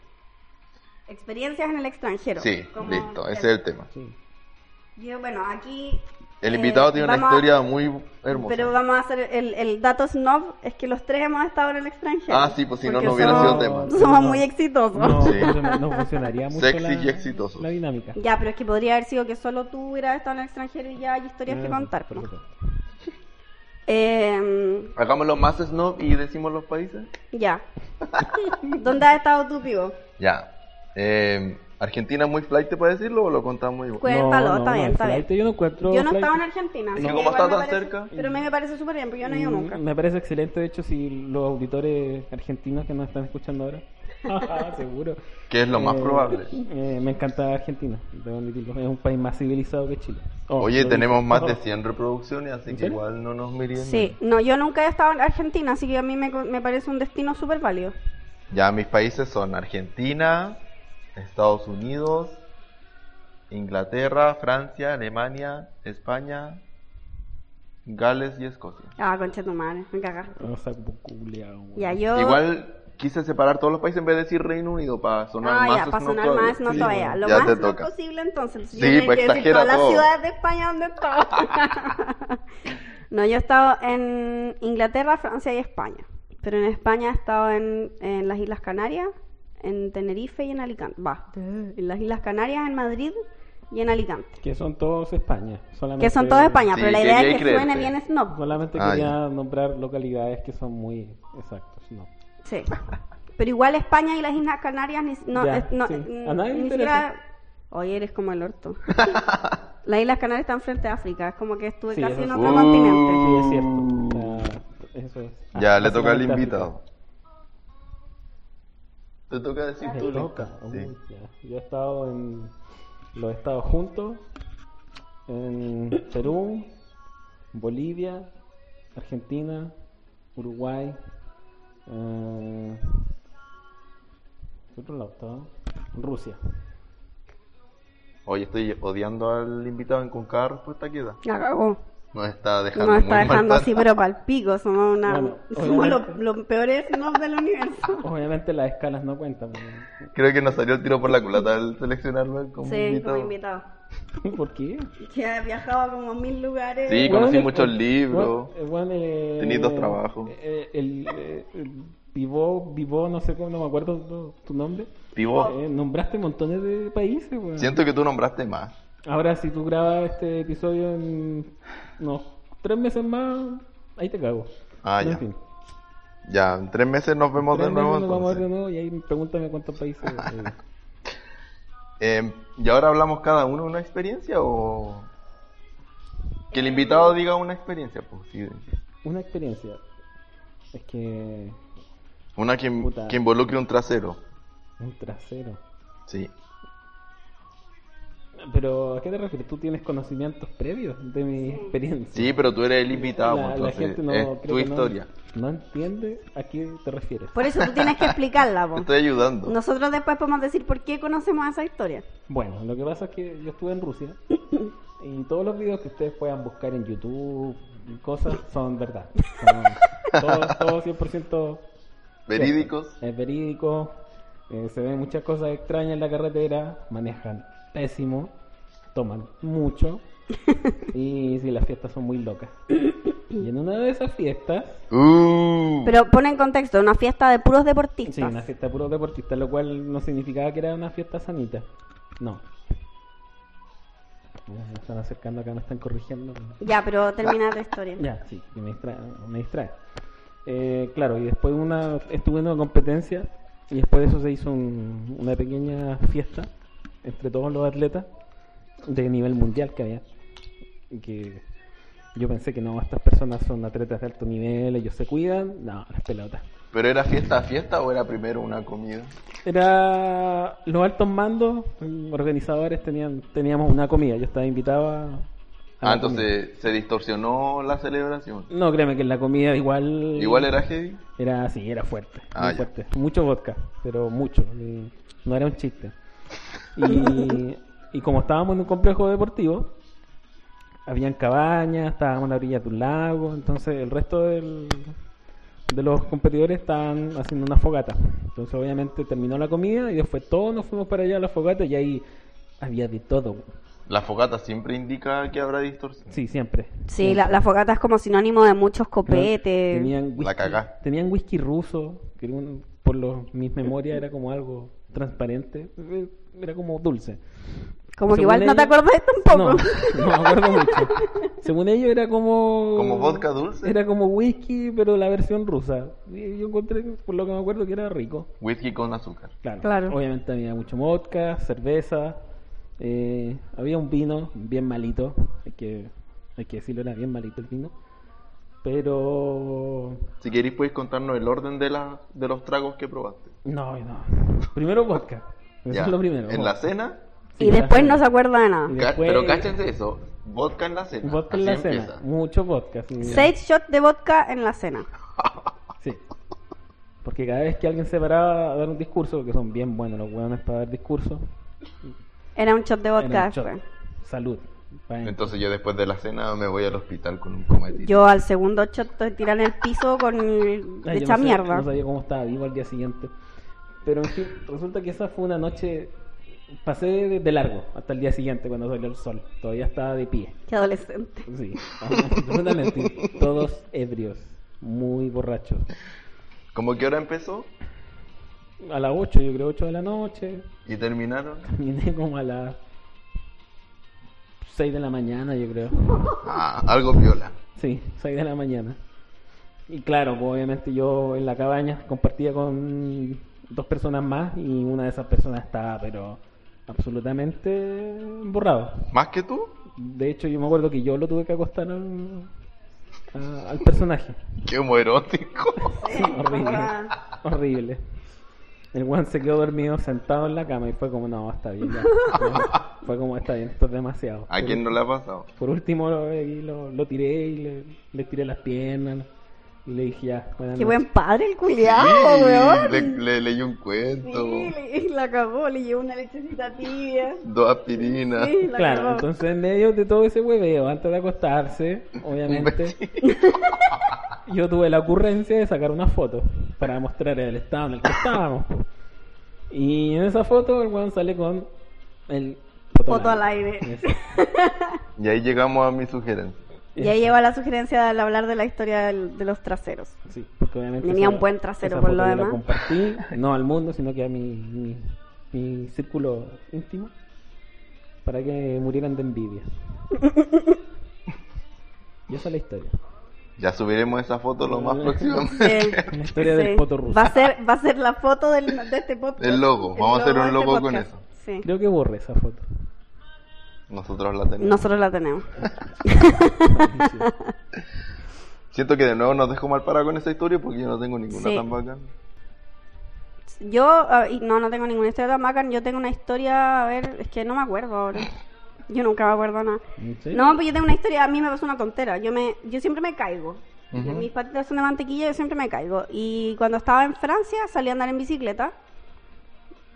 Speaker 1: Experiencias en el extranjero.
Speaker 2: Sí,
Speaker 1: Como-
Speaker 2: listo, ese
Speaker 1: Eh,
Speaker 2: es el tema.
Speaker 3: Sí.
Speaker 1: Yo, bueno, aquí...
Speaker 2: El
Speaker 1: eh,
Speaker 2: invitado tiene una
Speaker 1: vamos a-
Speaker 2: historia muy hermosa.
Speaker 1: Pero vamos a hacer el, el dato snob, es que los tres hemos estado en el extranjero.
Speaker 2: Ah, sí, pues si no,
Speaker 1: Porque
Speaker 2: no hubiera
Speaker 1: somos-
Speaker 2: sido tema.
Speaker 1: Somos
Speaker 3: No.
Speaker 1: muy exitosos.
Speaker 3: No,
Speaker 2: Sí.
Speaker 3: funciona- no funcionaría mucho
Speaker 2: Sexy
Speaker 3: la,
Speaker 2: y exitoso.
Speaker 3: la dinámica.
Speaker 1: Ya, pero es que podría haber sido que solo tú hubieras estado en el extranjero y ya hay historias que
Speaker 3: Ah,
Speaker 1: contar.
Speaker 3: por
Speaker 1: ¿no?
Speaker 3: supuesto.
Speaker 1: Eh,
Speaker 2: Hagámoslo más snob y decimos los países.
Speaker 1: ya. ¿Dónde has estado tú, Pivo?
Speaker 2: Ya. Eh, Argentina muy flight, ¿te puede decirlo o lo contamos igual?
Speaker 1: Pues- Cuéntalo, está bien, está
Speaker 3: flight,
Speaker 1: bien.
Speaker 3: Yo no encuentro.
Speaker 1: Yo no
Speaker 3: flight.
Speaker 1: estaba en Argentina. así
Speaker 2: Es que
Speaker 1: que
Speaker 2: como
Speaker 1: igual
Speaker 2: está
Speaker 1: me
Speaker 2: tan
Speaker 1: parece-
Speaker 2: cerca.
Speaker 1: Pero a mí me parece súper bien, porque yo no he ido
Speaker 3: Mm,
Speaker 1: nunca.
Speaker 3: Me parece excelente, de hecho, si los auditores argentinos que nos están escuchando ahora. Ajá, Seguro.
Speaker 2: Que es lo más
Speaker 3: Eh,
Speaker 2: probable.
Speaker 3: eh, me encanta Argentina, debo admitirlo. Es un país más civilizado que Chile. Oh,
Speaker 2: Oye,
Speaker 3: lo
Speaker 2: tenemos
Speaker 3: dije.
Speaker 2: más
Speaker 3: Oh,
Speaker 2: de 100 reproducciones, así que
Speaker 3: serio?
Speaker 2: igual no nos miren.
Speaker 1: Sí, no, yo nunca he estado en Argentina, así que a mí me, me parece un destino súper válido.
Speaker 2: Ya, mis países son Argentina, Estados Unidos, Inglaterra, Francia, Alemania, España, Gales y Escocia.
Speaker 1: Ah, concha tu madre, me cagaste.
Speaker 3: o sea, como Oh, culiao, güey.
Speaker 1: Ya, yo...
Speaker 2: Igual quise separar todos los países en vez de decir Reino Unido para sonar
Speaker 1: Ah,
Speaker 2: más
Speaker 1: ya, para
Speaker 2: snob
Speaker 1: sonar
Speaker 2: todavía.
Speaker 1: más, no
Speaker 2: Sí,
Speaker 1: todavía. Lo
Speaker 2: ya
Speaker 1: más
Speaker 2: te
Speaker 1: no
Speaker 2: toca.
Speaker 1: posible, entonces.
Speaker 2: Sí,
Speaker 1: Yo tenía
Speaker 2: pues,
Speaker 1: que decir
Speaker 2: exagera
Speaker 1: todas las
Speaker 2: todo.
Speaker 1: ciudades de España donde estaba. no, yo he estado en Inglaterra, Francia y España. Pero en España he estado en, en las Islas Canarias, en Tenerife y en Alicante. Va, en las Islas Canarias, en Madrid y en Alicante.
Speaker 3: Que son todos España. Solamente,
Speaker 1: Que son todos España,
Speaker 2: Sí,
Speaker 1: pero la idea
Speaker 2: quería
Speaker 1: es que suene
Speaker 2: creerte.
Speaker 1: bien snob.
Speaker 3: Solamente
Speaker 2: Ah,
Speaker 3: quería nombrar localidades que son muy exactos. No.
Speaker 1: Sí. Pero igual España y las Islas Canarias ni, no,
Speaker 3: Ya,
Speaker 1: es- no,
Speaker 3: sí.
Speaker 1: mm,
Speaker 3: A nadie le
Speaker 1: ni
Speaker 3: interesa.
Speaker 1: siquiera- Oye, eres como el orto. las Islas Canarias están frente a África, es como que estuve
Speaker 3: Sí,
Speaker 1: casi
Speaker 3: eso
Speaker 1: en
Speaker 3: sí.
Speaker 1: otro
Speaker 2: Uh.
Speaker 1: continente.
Speaker 3: Sí, es cierto. O sea, eso es.
Speaker 2: Ya,
Speaker 3: Ah,
Speaker 2: le toca al
Speaker 3: básicamente
Speaker 2: invitado. Te toca decir
Speaker 3: África.
Speaker 2: tú,
Speaker 3: Me
Speaker 2: Luis.
Speaker 3: toca.
Speaker 2: Sí.
Speaker 3: Uy, ya. Yo he estado en los Estados Juntos, en Perú, Bolivia, Argentina, Uruguay. eh, ¿qué otro lado estaba? Rusia.
Speaker 2: Oye, estoy odiando al invitado en con cada respuesta que da.
Speaker 1: La cagó.
Speaker 2: Nos está dejando
Speaker 1: Nos está
Speaker 2: muy mal
Speaker 1: dejando
Speaker 2: parado.
Speaker 1: así, pero pal pico. Somos, una,
Speaker 3: Bueno,
Speaker 1: somos los
Speaker 3: obviamente.
Speaker 1: los peores snobs del universo.
Speaker 3: Obviamente las escalas no cuentan. ¿no?
Speaker 2: Creo que nos salió el tiro por la culata al seleccionarlo como
Speaker 1: sí,
Speaker 2: invitado.
Speaker 1: como invitado.
Speaker 3: ¿Por qué?
Speaker 1: Que ha viajado a como mil lugares.
Speaker 2: Sí,
Speaker 3: Bueno,
Speaker 2: conocí
Speaker 3: el-
Speaker 2: muchos
Speaker 3: el-
Speaker 2: libros.
Speaker 3: bueno, eh, bueno, eh,
Speaker 2: Tení dos trabajos.
Speaker 3: eh, el, eh, el Vivo, Vivo, no sé cómo, no me acuerdo tu, tu nombre.
Speaker 2: Pivo,
Speaker 3: Eh, nombraste montones de países, weón.
Speaker 2: siento que tú nombraste más.
Speaker 3: Ahora, si tú grabas este episodio en unos tres meses más, ahí te cago.
Speaker 2: Ah,
Speaker 3: Pero,
Speaker 2: ya. Ya, en tres meses nos vemos
Speaker 3: tres
Speaker 2: de nuevo.
Speaker 3: meses nos vamos a ver de
Speaker 2: entonces.
Speaker 3: nuevo y ahí pregúntame cuántos países. eh,
Speaker 2: Eh, ¿Y ahora hablamos cada uno una experiencia o...? Que el invitado diga una experiencia, pues sí.
Speaker 3: una experiencia. Es que
Speaker 2: Una que,
Speaker 3: Puta.
Speaker 2: que involucre un trasero.
Speaker 3: un trasero.
Speaker 2: Sí.
Speaker 3: Pero, ¿a qué te refieres? Tú tienes conocimientos previos de mi experiencia.
Speaker 2: Sí, pero tú eres el invitado,
Speaker 3: La- la
Speaker 2: entonces
Speaker 3: gente no- creo
Speaker 2: es tu
Speaker 3: que
Speaker 2: historia.
Speaker 3: No, entiende a qué te refieres.
Speaker 1: Por eso tú tienes que explicarla,
Speaker 2: Te
Speaker 1: vos.
Speaker 2: estoy ayudando.
Speaker 1: Nosotros después podemos decir por qué conocemos esa historia.
Speaker 3: Bueno, lo que pasa es que yo estuve en Rusia y todos los videos que ustedes puedan buscar en YouTube y cosas son verdad. Son todo, todo 100%
Speaker 2: Verídicos.
Speaker 3: Es verídico, eh, se ven muchas cosas extrañas en la carretera, manejan pésimo, toman mucho y sí, las fiestas son muy locas. Y en una de esas fiestas,
Speaker 2: Uh,
Speaker 1: Pero pone en contexto, una fiesta de puros deportistas.
Speaker 3: sí, una fiesta de puros deportistas, lo cual no significaba que era una fiesta sanita. No. Mira, Me están acercando acá, me están corrigiendo.
Speaker 1: Ya, pero termina la historia.
Speaker 3: Ya, sí, que me distrae. Me distrae. Eh, claro, y después de una, estuve en una competencia y después de eso se hizo un- una pequeña fiesta entre todos los atletas de nivel mundial que había. Y que yo pensé que no, estas personas son atletas de alto nivel, ellos se cuidan. No, las pelotas.
Speaker 2: ¿Pero era fiesta a fiesta o era primero una comida?
Speaker 3: Era los altos mandos, mm, organizadores, tenían teníamos una comida. Yo estaba invitado a. a
Speaker 2: Ah,
Speaker 3: la
Speaker 2: entonces se distorsionó la celebración.
Speaker 3: comida. No, créeme que en la comida igual.
Speaker 2: Igual era heavy.
Speaker 3: Era así, era fuerte,
Speaker 2: Ah,
Speaker 3: muy
Speaker 2: ya.
Speaker 3: fuerte. Mucho vodka, pero mucho. y no era un chiste. Y, y como estábamos en un complejo deportivo, habían cabañas, estábamos en la orilla de un lago, entonces el resto del- de los competidores estaban haciendo una fogata. Entonces obviamente terminó la comida y después todos nos fuimos para allá a la fogata y ahí había de todo.
Speaker 2: La fogata siempre indica que habrá distorsión.
Speaker 3: Sí, siempre.
Speaker 1: Sí, la, la fogata es como sinónimo de muchos copetes.
Speaker 3: Tenían whisky,
Speaker 2: La cagá.
Speaker 3: Tenían whisky ruso, que era un- por los, mis memorias era como algo transparente, eh, era como dulce.
Speaker 1: Como que
Speaker 3: Según
Speaker 1: igual no te
Speaker 3: ellos-
Speaker 1: acordás tampoco.
Speaker 3: No, no me acuerdo mucho. Según ellos era como...
Speaker 2: ¿Como vodka dulce?
Speaker 3: Era como whisky, pero la versión rusa. Y yo encontré, por lo que me acuerdo, que era rico.
Speaker 2: Whisky con azúcar.
Speaker 3: Claro.
Speaker 1: Claro.
Speaker 3: Obviamente había mucho vodka, cerveza, eh, había un vino bien malito, hay que, hay que decirlo, era bien malito el vino. Pero
Speaker 2: Si queréis podéis contarnos el orden de, la, de los tragos que probaste.
Speaker 3: No, no. Primero vodka. Eso
Speaker 2: Ya.
Speaker 3: es lo primero.
Speaker 2: En la cena,
Speaker 3: Sí,
Speaker 1: Y después
Speaker 3: la
Speaker 1: no se acuerda de nada.
Speaker 3: Y
Speaker 2: ca-
Speaker 3: después-
Speaker 2: pero cáchense eso, vodka en la cena.
Speaker 3: Vodka en
Speaker 2: Así
Speaker 3: la cena.
Speaker 2: empieza.
Speaker 3: Mucho vodka. sí.
Speaker 1: Seis shots de vodka en la cena.
Speaker 3: Sí. Porque cada vez que alguien se paraba a dar un discurso, que son bien buenos los hueones para dar discursos,
Speaker 1: Era un shot de
Speaker 3: era
Speaker 1: vodka. pues.
Speaker 3: un shot.
Speaker 1: después.
Speaker 3: Salud. Pa' dentro.
Speaker 2: Entonces yo después de la cena me voy al hospital con un cometido.
Speaker 1: Yo al segundo shot te tiran el piso con
Speaker 3: Ay, yo
Speaker 1: hecha
Speaker 3: no sé-
Speaker 1: mierda.
Speaker 3: No sabía cómo estaba vivo al día siguiente. Pero en fin, resulta que esa fue una noche. Pasé de, de largo hasta el día siguiente cuando salió el sol. Todavía estaba de pie.
Speaker 1: Qué adolescente.
Speaker 3: Sí, absolutamente. Todos ebrios. Muy borrachos.
Speaker 2: ¿Cómo que hora empezó?
Speaker 3: a las 8, yo creo 8 de la noche.
Speaker 2: ¿Y terminaron?
Speaker 3: Terminé como a las 6 de la mañana, yo creo.
Speaker 2: Ah, algo viola.
Speaker 3: Sí, 6 de la mañana. Y claro, pues, obviamente yo en la cabaña compartía con dos personas más y una de esas personas estaba, pero absolutamente borrado.
Speaker 2: ¿Más que tú?
Speaker 3: De hecho, yo me acuerdo que yo lo tuve que acostar al, a- al personaje.
Speaker 2: ¡Qué homoerótico!
Speaker 3: Sí, horrible. horrible. El weón se quedó dormido sentado en la cama y fue como, no, está bien. ya". fue como, está bien, esto es demasiado.
Speaker 2: ¿A quién no le ha pasado?
Speaker 3: Por último lo, ahí lo- lo tiré y le, le tiré las piernas y le dije, ya, buenas
Speaker 1: Qué
Speaker 3: noches".
Speaker 1: buen padre el culiao,
Speaker 2: Sí,
Speaker 1: Ah, weón.
Speaker 2: le, le leí un cuento,
Speaker 1: Sí, le- la cagó, le llevó una lechecita tibia.
Speaker 2: dos aspirinas.
Speaker 1: Sí, la
Speaker 3: Claro,
Speaker 1: cagó.
Speaker 3: entonces en medio de todo ese hueveo, antes de acostarse, obviamente, yo tuve la ocurrencia de sacar una foto para mostrar el estado en el que estábamos. po. Y en esa foto el weón sale con el
Speaker 1: Poto al aire.
Speaker 3: Eso.
Speaker 2: Y ahí llegamos a mi sugerencia.
Speaker 1: Y ahí lleva la sugerencia de hablar de la historia del- de los traseros.
Speaker 3: Sí, porque obviamente
Speaker 1: Tenía
Speaker 3: esa-
Speaker 1: un buen trasero
Speaker 3: esa
Speaker 1: por
Speaker 3: foto
Speaker 1: lo
Speaker 3: yo
Speaker 1: demás.
Speaker 3: La compartí, no al mundo, sino que a mi, mi, mi círculo íntimo, para que murieran de envidia. Y esa es la historia.
Speaker 2: Ya subiremos esa foto lo más próximamente.
Speaker 1: Sí.
Speaker 3: La historia del
Speaker 1: Sí.
Speaker 3: poto ruso.
Speaker 1: Va a ser, va a ser la foto del, de este podcast.
Speaker 2: El logo. Vamos a hacer un
Speaker 1: de este
Speaker 2: logo con
Speaker 1: podcast.
Speaker 2: eso.
Speaker 1: Sí.
Speaker 3: Creo que borré esa foto.
Speaker 2: Nosotros la tenemos.
Speaker 1: Nosotros la tenemos.
Speaker 2: Siento que de nuevo nos dejo mal parado con esa historia porque yo no tengo ninguna
Speaker 1: Sí.
Speaker 2: tan bacana.
Speaker 1: Yo, ah, y no, no tengo ninguna historia de Macan. Yo tengo una historia, a ver, es que no me acuerdo ahora. Yo nunca me acuerdo nada.
Speaker 3: ¿Sí?
Speaker 1: No, pues yo tengo una historia, a mí me pasó una tontera. Yo me yo siempre me caigo.
Speaker 2: Ujú.
Speaker 1: Mis patitas son de mantequilla, yo siempre me caigo. Y cuando estaba en Francia salí a andar en bicicleta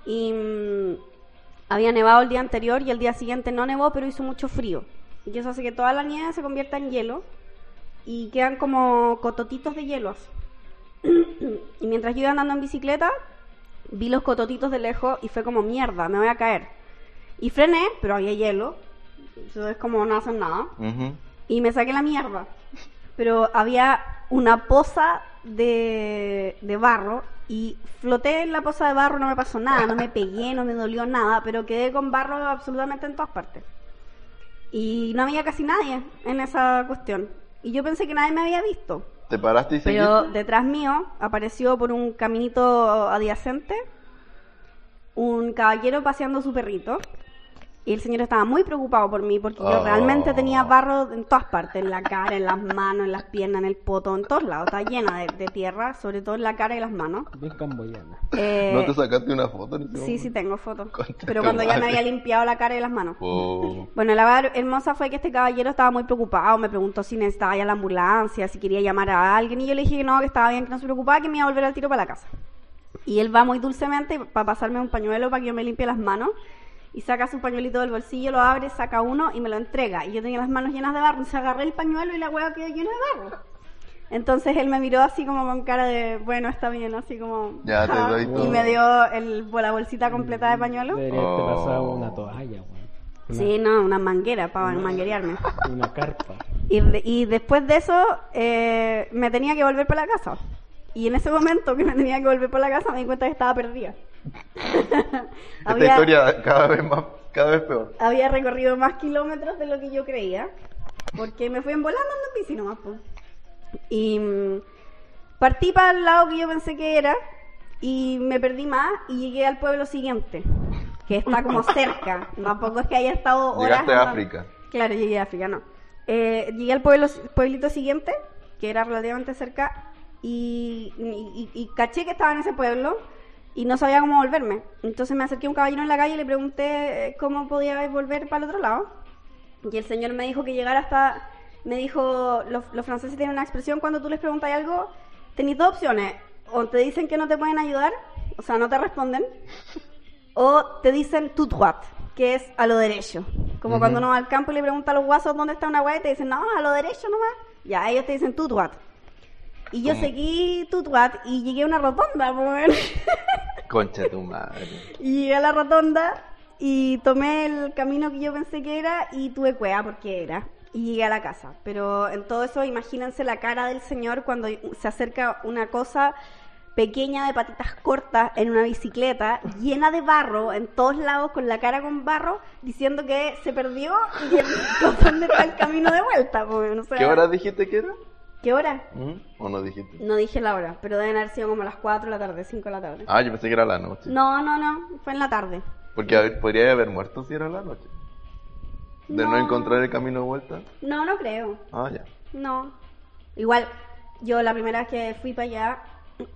Speaker 1: y mm, había nevado el día anterior y el día siguiente no nevó, pero hizo mucho frío. Y eso hace que toda la nieve se convierta en hielo y quedan como cototitos de hielo así. Y mientras yo iba andando en bicicleta, vi los cototitos de lejos y fue como mierda, me voy a caer. Y frené, pero había hielo. Entonces como no hacen nada.
Speaker 2: Ujú.
Speaker 1: Y me saqué la mierda. Pero había una poza de, de barro y floté en la poza de barro, no me pasó nada, no me pegué, no me dolió nada, pero quedé con barro absolutamente en todas partes. Y no había casi nadie en esa cuestión. Y yo pensé que nadie me había visto.
Speaker 2: ¿Te paraste y seguiste?
Speaker 1: Pero detrás mío apareció por un caminito adyacente un caballero paseando su perrito. Y el señor estaba muy preocupado por mí porque yo
Speaker 2: Oh.
Speaker 1: realmente tenía barro en todas partes, en la cara, en las manos, en las piernas, en el poto, en todos lados. Estaba llena de, de tierra, sobre todo en la cara y las manos.
Speaker 3: Bien camboyana.
Speaker 1: Eh,
Speaker 2: ¿No te sacaste una foto? en ese
Speaker 1: sí, sí
Speaker 2: momento?
Speaker 1: tengo fotos.
Speaker 2: Concha
Speaker 1: Pero
Speaker 2: tu
Speaker 1: cuando ya me
Speaker 2: madre.
Speaker 1: había limpiado la cara y las manos.
Speaker 2: Oh.
Speaker 1: Bueno, la verdad hermosa fue que este caballero estaba muy preocupado, me preguntó si necesitaba ya la ambulancia, si quería llamar a alguien, y yo le dije que no, que estaba bien, que no se preocupaba, que me iba a volver al tiro para la casa. Y él va muy dulcemente para pasarme un pañuelo para que yo me limpie las manos, y saca su pañuelito del bolsillo, lo abre, saca uno y me lo entrega. Y yo tenía las manos llenas de barro, entonces agarré el pañuelo y la hueá quedó llena de barro. Entonces él me miró así como con cara de, bueno, está bien, así como...
Speaker 2: Ya, te
Speaker 1: "Ja".
Speaker 2: doy
Speaker 1: Y
Speaker 2: todo.
Speaker 1: me dio el, la bolsita completa de pañuelo.
Speaker 3: Deberías
Speaker 2: Oh.
Speaker 3: te pasar una toalla, weón. Una-
Speaker 1: Sí, no, una manguera para manguerearme.
Speaker 3: Una carpa.
Speaker 1: Y, de- y después de eso eh, me tenía que volver para la casa. Y en ese momento que me tenía que volver para la casa me di cuenta que estaba perdida.
Speaker 2: Esta
Speaker 1: había,
Speaker 2: historia cada vez más, cada vez peor.
Speaker 1: había recorrido más kilómetros de lo que yo creía. Porque me fui en volando en bici nomás. po. Y mm, partí para el lado que yo pensé que era. Y me perdí más y llegué al pueblo siguiente. Que está como cerca. Tampoco es que haya estado horas.
Speaker 2: Llegaste a
Speaker 1: andando.
Speaker 2: África.
Speaker 1: Claro, llegué a África, no. Eh, llegué al pueblo, pueblito siguiente, que era relativamente cerca, y, y- y- y caché que estaba en ese pueblo y no sabía cómo volverme. Entonces me acerqué a un caballero en la calle y le pregunté eh, cómo podía volver para el otro lado. Y el señor me dijo que llegara hasta... Me dijo, los, los franceses tienen una expresión cuando tú les preguntas algo, tenéis dos opciones. O te dicen que no te pueden ayudar, o sea, no te responden, o te dicen tout droit, que es a lo derecho. Como
Speaker 2: Ujú.
Speaker 1: cuando uno va al campo y le pregunta a los guasos dónde está una weá y te dicen, no, a lo derecho nomás. Ya, ellos te dicen tout droit. Y yo
Speaker 2: ¿Cómo?
Speaker 1: seguí tout droit y llegué a una rotonda, po, weón.
Speaker 2: Concha tu madre.
Speaker 1: Y llegué a la rotonda y tomé el camino que yo pensé que era y tuve cueva porque era. Y llegué a la casa. Pero en todo eso, imagínense la cara del señor cuando se acerca una cosa pequeña de patitas cortas en una bicicleta llena de barro en todos lados con la cara con barro diciendo que se perdió y que dónde está el camino de vuelta po, o sea,
Speaker 2: ¿Qué hora dijiste que era?
Speaker 1: ¿qué hora?
Speaker 2: ¿Mm? ¿O no dijiste?
Speaker 1: no dije la hora pero deben haber sido como las 4 de la tarde 5 de la tarde
Speaker 2: Ah, yo pensé que era la noche.
Speaker 1: no no no fue en la tarde
Speaker 2: Porque a ver, podría haber muerto si era la noche. De no,
Speaker 1: No.
Speaker 2: encontrar el camino de vuelta.
Speaker 1: no no creo
Speaker 2: Ah, ya.
Speaker 1: No. Igual, yo la primera vez que fui para allá,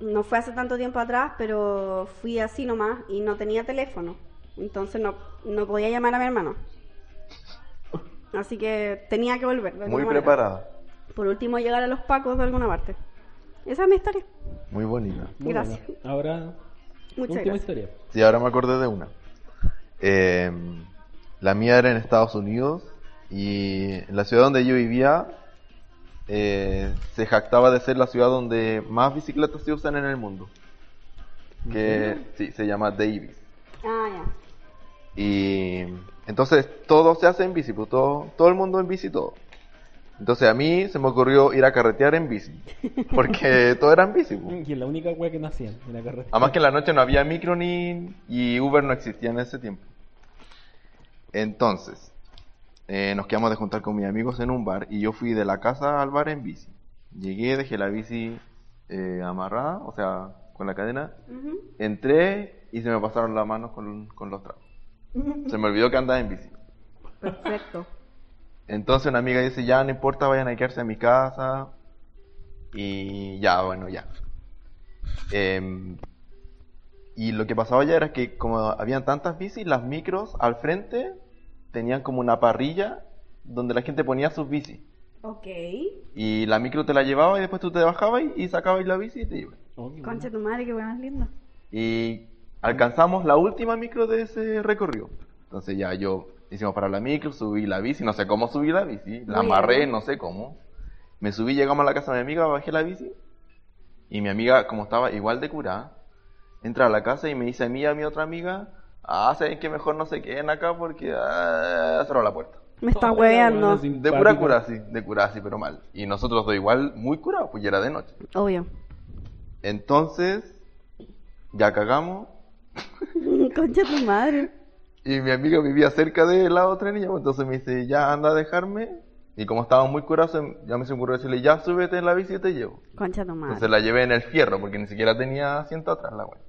Speaker 1: no fue hace tanto tiempo atrás, pero fui así nomás y no tenía teléfono. Entonces no, no podía llamar a mi hermano. Así que tenía que volver. de alguna
Speaker 2: Muy
Speaker 1: manera.
Speaker 2: preparada.
Speaker 1: Por último, llegar a los pacos de alguna parte. Esa es mi historia.
Speaker 2: Muy bonita.
Speaker 3: Muy
Speaker 1: Gracias.
Speaker 3: buena. Ahora,
Speaker 1: Muchas
Speaker 3: última
Speaker 1: gracias.
Speaker 3: historia.
Speaker 2: Sí, ahora me acordé de una. Eh, la mía era en Estados Unidos y en la ciudad donde yo vivía eh, se jactaba de ser la ciudad donde más bicicletas se usan en el mundo. Que sí, se llama Davis.
Speaker 1: Ah, ya.
Speaker 2: Y entonces todo se hace en bici, pues, todo, todo el mundo en bici, todo. Entonces a mí se me ocurrió ir a carretear en bici, porque todo era en bici. pues.
Speaker 3: Y es la única wea que no hacían en la carretera.
Speaker 2: Además que en la noche no había micro ni y Uber no existía en ese tiempo. Entonces, eh, nos quedamos de juntar con mis amigos en un bar y yo fui de la casa al bar en bici. Llegué, dejé la bici eh, amarrada, o sea, con la cadena,
Speaker 1: Ujú.
Speaker 2: entré y se me pasaron las manos con, con los tragos. Se me olvidó que andaba en bici.
Speaker 1: Perfecto.
Speaker 2: Entonces una amiga dice, ya no importa, vayan a quedarse a mi casa. Y ya, bueno, ya. Em, y lo que pasaba ya era que como habían tantas bicis, las micros al frente tenían como una parrilla donde la gente ponía sus bicis.
Speaker 1: Ok.
Speaker 2: Y la micro te la llevaba y después tú te bajabas y, y sacabas la bici y te ibas.
Speaker 3: Oh, qué
Speaker 1: Concha tu madre, qué hueá más linda.
Speaker 2: Y alcanzamos la última micro de ese recorrido. Entonces ya yo hicimos para la micro, subí la bici, no sé cómo subí la bici, la
Speaker 1: Muy
Speaker 2: amarré,
Speaker 1: bien.
Speaker 2: no sé cómo. Me subí, llegamos a la casa de mi amiga, bajé la bici y mi amiga, como estaba igual de curada, entra a la casa y me dice a mí y a mi otra amiga, ah, saben que mejor no se queden acá porque ah, cerró la puerta.
Speaker 1: Me está
Speaker 3: Hola,
Speaker 1: hueveando.
Speaker 3: buena, sí.
Speaker 2: De pura
Speaker 3: Simpática.
Speaker 2: cura, sí, de cura, sí, pero mal. Y nosotros dos igual, muy curados, pues ya era de noche.
Speaker 1: Obvio.
Speaker 2: Entonces, ya cagamos,
Speaker 1: Concha tu madre.
Speaker 2: Y mi amiga vivía cerca de la otra niña, pues, entonces me dice, ya anda a dejarme. Y como estaba muy curado, se- ya me se me ocurrió decirle, ya súbete en la bici y te llevo.
Speaker 1: Concha tu
Speaker 2: Entonces
Speaker 1: madre.
Speaker 2: la llevé en el fierro, porque ni siquiera tenía asiento atrás la wea.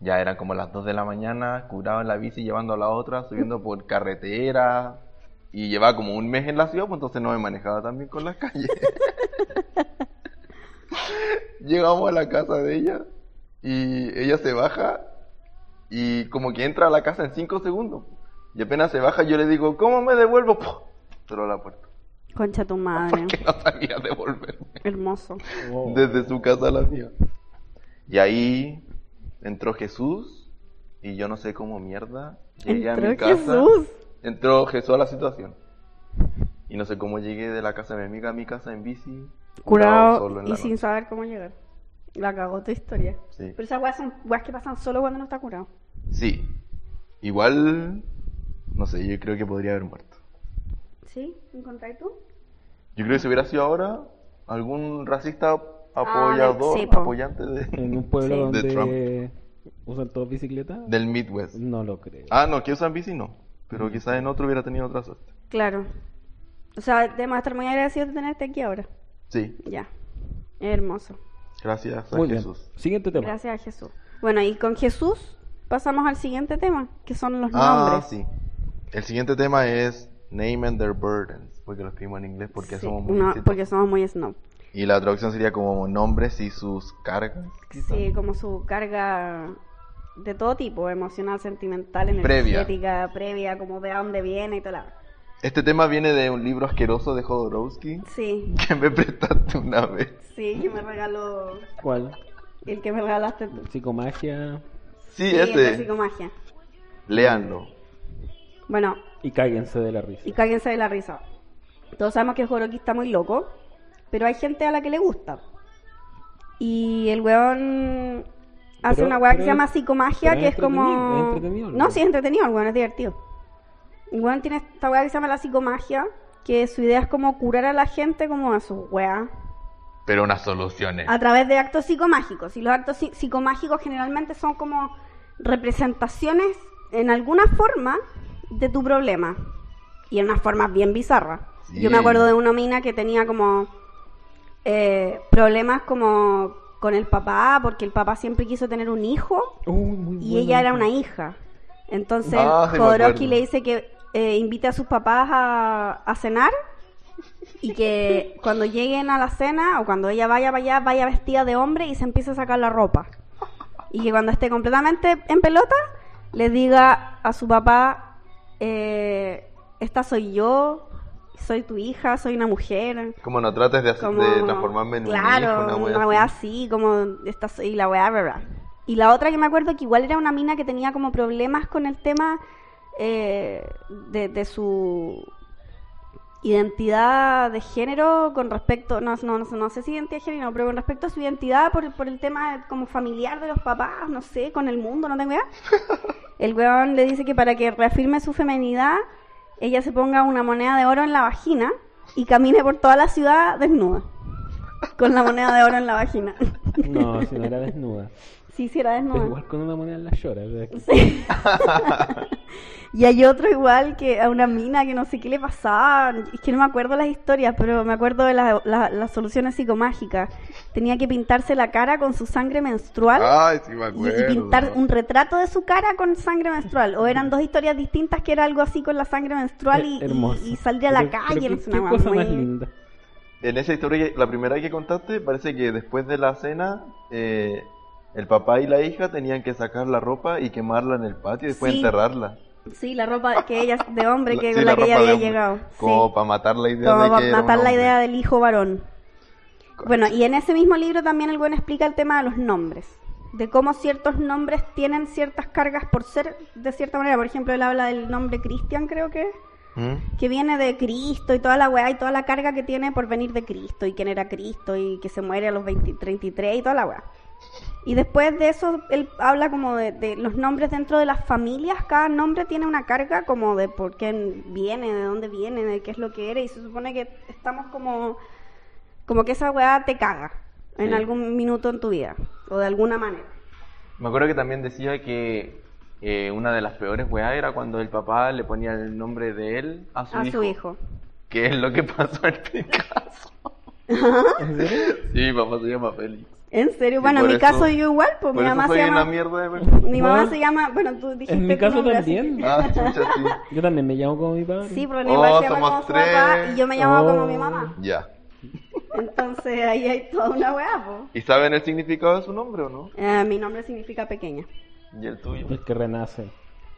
Speaker 2: Ya eran como las 2 de la mañana, curado en la bici, llevando a la otra, subiendo por carretera. Y llevaba como un mes en la ciudad, pues entonces no me manejaba tan bien con las calles. Llegamos a la casa de ella y ella se baja y como que entra a la casa en 5 segundos. Y apenas se baja yo le digo, ¿cómo me devuelvo? ¡Pum! Cerró la puerta.
Speaker 1: Concha tu madre.
Speaker 2: Porque no sabía devolverme
Speaker 1: Hermoso.
Speaker 3: Oh,
Speaker 2: desde su casa a la mía. Y ahí entró Jesús y yo no sé cómo mierda llegué a mi
Speaker 1: Entró
Speaker 2: casa.
Speaker 1: Jesús.
Speaker 2: Entró Jesús a la situación. Y no sé cómo llegué de la casa de mi amiga a mi casa en bici. solo
Speaker 1: Curado
Speaker 2: en
Speaker 1: y
Speaker 2: la
Speaker 1: sin
Speaker 2: noche.
Speaker 1: saber cómo llegar. La cagó tu historia.
Speaker 2: Sí.
Speaker 1: Pero esas weas son weas que pasan solo cuando no está curado.
Speaker 2: Sí. Igual, no sé, yo creo que podría haber muerto.
Speaker 1: ¿Sí? ¿Encontráis tú?
Speaker 2: Yo creo que si hubiera sido ahora, algún racista apoyador,
Speaker 1: Ah, sí, po.
Speaker 2: apoyante de-
Speaker 3: En un pueblo
Speaker 1: Sí.
Speaker 2: De
Speaker 3: donde usan todos bicicletas,
Speaker 2: del Midwest.
Speaker 3: no lo creo.
Speaker 2: Ah, no, que usan bici no. Pero quizás en otro hubiera tenido otra suerte.
Speaker 1: Claro. O sea, debemos estar muy agradecidos de tenerte aquí ahora.
Speaker 2: Sí,
Speaker 1: Ya. Hermoso.
Speaker 2: gracias a
Speaker 3: Muy bien.
Speaker 2: Jesús.
Speaker 3: Siguiente tema.
Speaker 1: Gracias a Jesús. Bueno, y con Jesús pasamos al siguiente tema, que son los
Speaker 2: Ah,
Speaker 1: nombres.
Speaker 2: sí. El siguiente tema es Name and Their Burdens, porque lo escribimos en inglés porque
Speaker 1: Sí,
Speaker 2: somos muy
Speaker 1: no,
Speaker 2: exitosos.
Speaker 1: porque somos muy snob.
Speaker 2: Y la traducción sería como nombres y sus cargas. quizá.
Speaker 1: Sí, como su carga de todo tipo, emocional, sentimental,
Speaker 2: Previa.
Speaker 1: energética, previa, como de a dónde viene y todo la...
Speaker 2: Este tema viene de un libro asqueroso de Jodorowsky
Speaker 1: Sí,
Speaker 2: que me prestaste una vez.
Speaker 1: sí, que me regaló
Speaker 3: ¿Cuál?
Speaker 1: el que me regalaste tú.
Speaker 3: Psicomagia
Speaker 2: Sí,
Speaker 1: el de
Speaker 2: ese.
Speaker 1: psicomagia.
Speaker 2: Léanlo.
Speaker 1: Bueno,
Speaker 3: y cáguense de la risa.
Speaker 1: y cáguense de la risa. Todos sabemos que Joroki está muy loco, pero hay gente a la que le gusta. Y el weón hace
Speaker 3: Pero-
Speaker 1: una weá que
Speaker 3: pero
Speaker 1: se llama
Speaker 3: es-
Speaker 1: psicomagia,
Speaker 3: pero
Speaker 1: que
Speaker 3: es
Speaker 1: es como...
Speaker 3: entretenido, es entretenido,
Speaker 1: no,
Speaker 3: ¿no?
Speaker 1: sí, es entretenido, el weón es divertido. El weón tiene esta weá que se llama la psicomagia, que su idea es como curar a la gente como a sus weas
Speaker 2: Pero unas soluciones.
Speaker 1: a través de actos psicomágicos. Y los actos psi- psicomágicos generalmente son como representaciones en alguna forma de tu problema. Y en unas formas bien bizarras.
Speaker 2: Sí.
Speaker 1: Yo me acuerdo de una mina que tenía como eh, problemas como con el papá, porque el papá siempre quiso tener un hijo
Speaker 3: Uy, Uh, muy
Speaker 1: y
Speaker 3: buena
Speaker 1: ella era
Speaker 3: esa.
Speaker 1: una hija. Entonces
Speaker 2: Ah, sí me
Speaker 1: Jodorowsky
Speaker 2: acuerdo.
Speaker 1: le dice que eh, invite a sus papás a, a cenar y que cuando lleguen a la cena o cuando ella vaya para allá vaya vestida de hombre y se empiece a sacar la ropa. Y que cuando esté completamente en pelota le diga a su papá, eh, esta soy yo, soy tu hija, soy una mujer.
Speaker 2: Como no trates de, hacer-
Speaker 1: Como,
Speaker 2: de transformarme en un
Speaker 1: claro,
Speaker 2: hijo, una wea
Speaker 1: una weá
Speaker 2: así.
Speaker 1: así, como esta y la weá, bla, bla. Y la otra que me acuerdo que igual era una mina que tenía como problemas con el tema eh, de, de su identidad de género con respecto, no, no, no, sé- no sé si identidad de género, no, pero con respecto a su identidad por, por el tema como familiar de los papás, no sé, con el mundo, no tengo idea. El weón le dice que para que reafirme su feminidad, ella se ponga una moneda de oro en la vagina y camine por toda la ciudad desnuda. Con la moneda de oro en la vagina.
Speaker 3: No, si no era desnuda.
Speaker 1: Si hiciera
Speaker 3: Pero
Speaker 1: desnuda.
Speaker 3: igual con una moneda en la llora. o sea, que-
Speaker 1: Y hay otro igual que a una mina que no sé qué le pasaba. Es que no me acuerdo las historias, pero me acuerdo de las- las- las soluciones psicomágicas. Tenía que pintarse la cara con su sangre menstrual.
Speaker 2: Ay, sí me
Speaker 1: y, y
Speaker 2: acuerdo.
Speaker 1: pintar un retrato de su cara con sangre menstrual. O eran dos historias distintas que era algo así con la sangre menstrual y,
Speaker 3: Eh, hermoso.
Speaker 1: y- y salir a la
Speaker 3: Pero-
Speaker 1: calle.
Speaker 3: pero
Speaker 1: no
Speaker 3: qué-
Speaker 1: sé, una
Speaker 3: qué
Speaker 1: weá
Speaker 3: cosa
Speaker 1: muy-
Speaker 3: más linda.
Speaker 2: En esa historia, la primera que contaste, parece que después de la cena, eh, el papá y la hija tenían que sacar la ropa y quemarla en el patio y después
Speaker 1: Sí.
Speaker 2: enterrarla.
Speaker 1: Sí, la ropa que ella, de hombre, que
Speaker 2: Sí,
Speaker 1: con la, que ella
Speaker 2: ropa de
Speaker 1: había
Speaker 2: hombre.
Speaker 1: llegado.
Speaker 2: Como
Speaker 1: sí.
Speaker 2: para matar la idea
Speaker 1: Como
Speaker 2: de
Speaker 1: para
Speaker 2: que era un
Speaker 1: matar la
Speaker 2: hombre.
Speaker 1: idea del hijo varón. Bueno, y en ese mismo libro también el buen explica el tema de los nombres, de cómo ciertos nombres tienen ciertas cargas por ser de cierta manera. Por ejemplo, él habla del nombre Cristian, creo que, es,
Speaker 2: ¿Mm?
Speaker 1: que viene de Cristo y toda la weá y toda la carga que tiene por venir de Cristo y quién era Cristo y que se muere a los 20, 33 y toda la weá. Y después de eso, él habla como de, de los nombres dentro de las familias. Cada nombre tiene una carga como de por qué viene, de dónde viene, de qué es lo que era. Y se supone que estamos como, como que esa weá te caga en
Speaker 2: Sí.
Speaker 1: algún minuto en tu vida o de alguna manera.
Speaker 2: Me acuerdo que también decía que eh, una de las peores weas era cuando el papá le ponía el nombre de él a su
Speaker 1: A
Speaker 2: hijo.
Speaker 1: su hijo.
Speaker 2: Que es lo que pasó en este caso.
Speaker 3: ¿En serio?
Speaker 2: Sí, mi papá se llama Félix.
Speaker 1: En serio,
Speaker 2: Y
Speaker 1: bueno, en
Speaker 2: por
Speaker 1: mi
Speaker 2: eso-
Speaker 1: caso yo igual, pues
Speaker 2: Por
Speaker 1: mi
Speaker 2: eso
Speaker 1: mamá
Speaker 2: soy
Speaker 1: se
Speaker 2: una
Speaker 1: llama.
Speaker 2: mierda de persona.
Speaker 1: Mi mamá
Speaker 3: Bueno,
Speaker 1: se llama, bueno, tú dijiste
Speaker 3: En mi
Speaker 1: tu
Speaker 3: caso
Speaker 1: nombre, así
Speaker 3: también.
Speaker 2: Ah, chucha, sí.
Speaker 3: Yo también me llamo como mi padre.
Speaker 1: que- Sí, pero mi papá
Speaker 2: Oh,
Speaker 1: se llama
Speaker 2: somos
Speaker 1: como su
Speaker 2: tres.
Speaker 1: papá y yo me llamaba como
Speaker 3: Oh.
Speaker 1: mi mamá.
Speaker 2: Ya.
Speaker 1: Entonces ahí hay toda una weá, po.
Speaker 2: ¿Y saben el significado de su nombre o no?
Speaker 1: Eh, mi nombre significa pequeña.
Speaker 2: Y el tuyo.
Speaker 3: El que renace.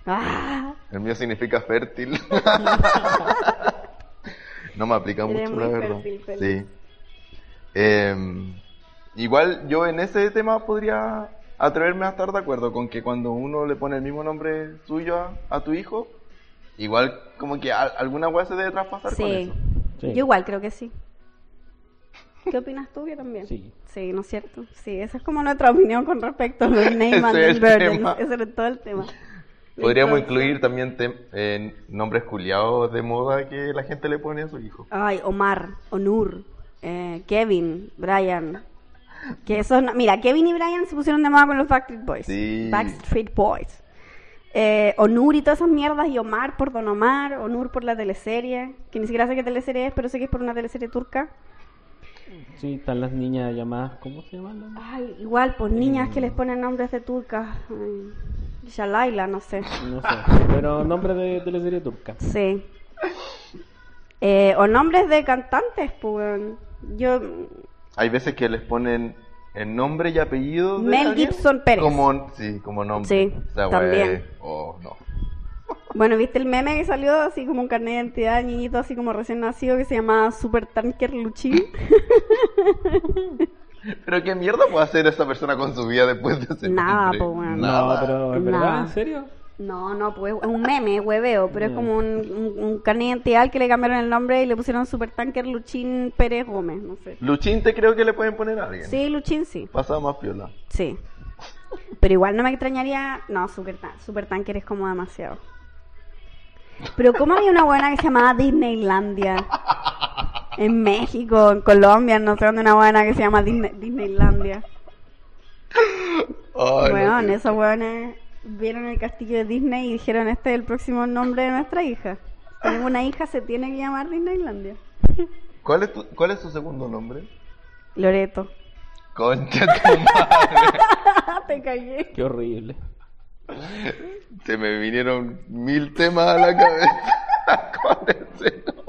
Speaker 1: Ah,
Speaker 2: El mío significa fértil. no me aplica
Speaker 1: Eres
Speaker 2: mucho,
Speaker 1: muy
Speaker 2: la verdad.
Speaker 1: fértil, Félix.
Speaker 2: sí. Em, igual yo en ese tema podría atreverme a estar de acuerdo con que cuando uno le pone el mismo nombre suyo a, a tu hijo, igual como que al- alguna weá se debe traspasar con
Speaker 1: sí.
Speaker 2: eso.
Speaker 3: Sí.
Speaker 1: Yo igual creo que sí. ¿Qué opinas tú, yo también?
Speaker 3: Sí.
Speaker 1: Sí, ¿no es cierto? Sí, esa es como nuestra opinión con respecto a los name and
Speaker 2: Ese es el
Speaker 1: burdens.
Speaker 2: tema.
Speaker 1: Ese era todo el tema.
Speaker 2: Podríamos
Speaker 1: Entonces-
Speaker 2: incluir también tem- eh, nombres culiados de moda que la gente le pone a su hijo.
Speaker 1: Ay, Omar, Onur, eh, Kevin, Brian. Que esos no- Mira, Kevin y Brian se pusieron de moda con los Backstreet Boys.
Speaker 2: Sí.
Speaker 1: Backstreet Boys. Eh, Onur y todas esas mierdas, y Omar por Don Omar, Onur por la teleserie, que ni siquiera sé qué teleserie es, pero sé que es por una teleserie turca.
Speaker 3: Sí, están las niñas llamadas. ¿Cómo se llaman? las niñas?
Speaker 1: Ay, igual, pues niñas que les ponen nombres de turcas. Ay, Yalaila, no sé.
Speaker 3: No sé. Pero nombre de teleserie turca.
Speaker 1: Sí. Eh, o nombres de cantantes, pues. Yo
Speaker 2: Hay veces que les ponen el nombre y apellido de
Speaker 1: Mel
Speaker 2: alguien
Speaker 1: Gibson Pérez.
Speaker 2: Como, sí, como nombre.
Speaker 1: Sí,
Speaker 2: Esa wea
Speaker 1: también.
Speaker 2: es- oh, no.
Speaker 1: Bueno, ¿viste el meme que salió así como un carnet de identidad de niñito así como recién nacido que se llamaba Super Tanker Luchín?
Speaker 2: Pero qué mierda puede hacer esa persona con su vida después de ese
Speaker 1: Nada,
Speaker 2: nombre?
Speaker 1: po, weón.
Speaker 2: Nada.
Speaker 3: No, pero ¿en verdad?
Speaker 1: Nada.
Speaker 3: ¿En serio?
Speaker 1: No, no, pues es un meme, es hueveo, pero es
Speaker 3: Mm.
Speaker 1: como un, un, un carnet de identidad al que le cambiaron el nombre y le pusieron Super Tanker Luchín Pérez Gómez, no sé.
Speaker 2: Luchín te creo que le pueden poner a alguien.
Speaker 1: Sí, Luchín sí,
Speaker 2: Pasa más piola.
Speaker 1: sí. Pero igual no me extrañaría, no, Super, Tan- Super Tanker es como demasiado. Pero ¿cómo había una buena que se llamaba Disneylandia? En México, en Colombia, no sé dónde una buena que se llama Disney- Disneylandia.
Speaker 2: Ay, no
Speaker 1: Weón,
Speaker 2: sé.
Speaker 1: esos weones vieron el castillo de Disney y dijeron este es el próximo nombre de nuestra hija. Tenemos una hija, se tiene que llamar Disneylandia.
Speaker 2: ¿Cuál, es tu- ¿Cuál es su segundo nombre?
Speaker 1: Loreto.
Speaker 2: Concha tu madre.
Speaker 1: Te cagué.
Speaker 3: Qué horrible.
Speaker 2: Se me vinieron mil temas a la cabeza con ese nombre.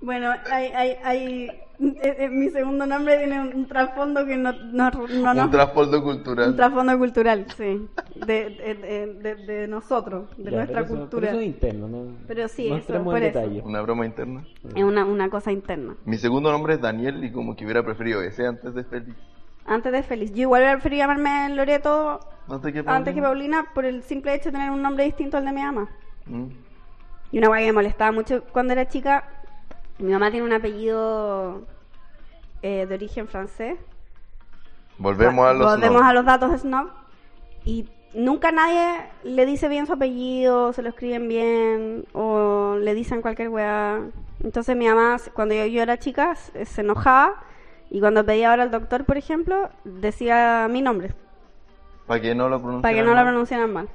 Speaker 1: Bueno, hay, hay, hay... eh, eh, mi segundo nombre tiene un, un trasfondo que no, no, no, no-
Speaker 2: Un trasfondo
Speaker 1: un
Speaker 2: cultural.
Speaker 1: trasfondo cultural, sí. De, de, de, de- de nosotros, de
Speaker 3: Ya,
Speaker 1: nuestra
Speaker 3: pero eso-
Speaker 1: cultura.
Speaker 3: Pero eso es interno, ¿no?
Speaker 1: Pero sí,
Speaker 3: No
Speaker 1: eso,
Speaker 3: entremos en
Speaker 1: por eso.
Speaker 3: detalle.
Speaker 2: Una broma interna.
Speaker 1: Es una, una cosa interna.
Speaker 2: Mi segundo nombre es Daniel y como que hubiera preferido ese antes de Félix.
Speaker 1: Antes de Feliz. Yo igual preferí llamarme Loreto
Speaker 2: Antes que
Speaker 1: antes que
Speaker 2: Paulina.
Speaker 1: Paulina por el simple hecho de tener un nombre distinto al de mi mamá.
Speaker 2: Mm.
Speaker 1: Y una weá que me molestaba mucho cuando era chica. Mi mamá tiene un apellido eh, de origen francés.
Speaker 2: Volvemos a los
Speaker 1: Volvemos
Speaker 2: nombres.
Speaker 1: a los datos de Snob. Y nunca nadie le dice bien su apellido, se lo escriben bien, o le dicen cualquier weá. Entonces mi mamá, cuando yo, yo era chica, se se enojaba. Y cuando pedía ahora al doctor, por ejemplo, decía mi nombre.
Speaker 2: Para que no lo pronuncien.
Speaker 1: Para que no lo pronunciaran mal.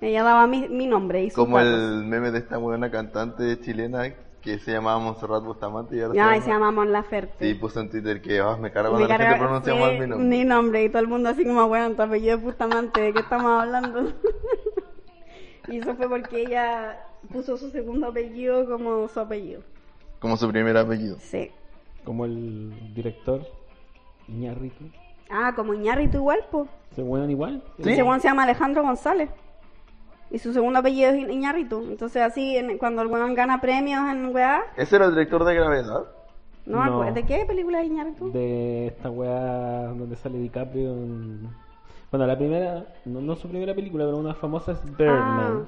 Speaker 1: Ella daba mi, mi nombre y sus
Speaker 2: Como
Speaker 1: datos.
Speaker 2: el meme de esta buena cantante chilena que se llamaba Montserrat Bustamante y ahora
Speaker 1: Ya, y se llama Mon Laferte.
Speaker 2: Sí, puso en Twitter que "Ah, me carga
Speaker 1: Me
Speaker 2: cuando la gente
Speaker 1: carga-
Speaker 2: pronuncia
Speaker 1: sí,
Speaker 2: mal mi nombre.
Speaker 1: mi nombre, y todo el mundo así como, bueno, tu apellido es Bustamante, ¿de qué estamos hablando? y eso fue porque ella puso su segundo apellido como su apellido.
Speaker 2: Como su primer apellido.
Speaker 1: Sí.
Speaker 3: Como el director Iñárritu.
Speaker 1: Ah, como Iñárritu igual, pues.
Speaker 3: ¿Se juegan igual?
Speaker 2: Sí.
Speaker 1: Ese weón se llama Alejandro González. Y su segundo apellido es Iñárritu. Entonces, así, en- cuando el weón gana premios en weá,
Speaker 2: ¿Ese era el director de gravedad?
Speaker 1: no,
Speaker 3: No.
Speaker 1: acuer- ¿de qué película es Iñárritu?
Speaker 3: de esta weá donde sale DiCaprio en... Bueno, la primera, no, no su primera película, pero una famosa es Birdman.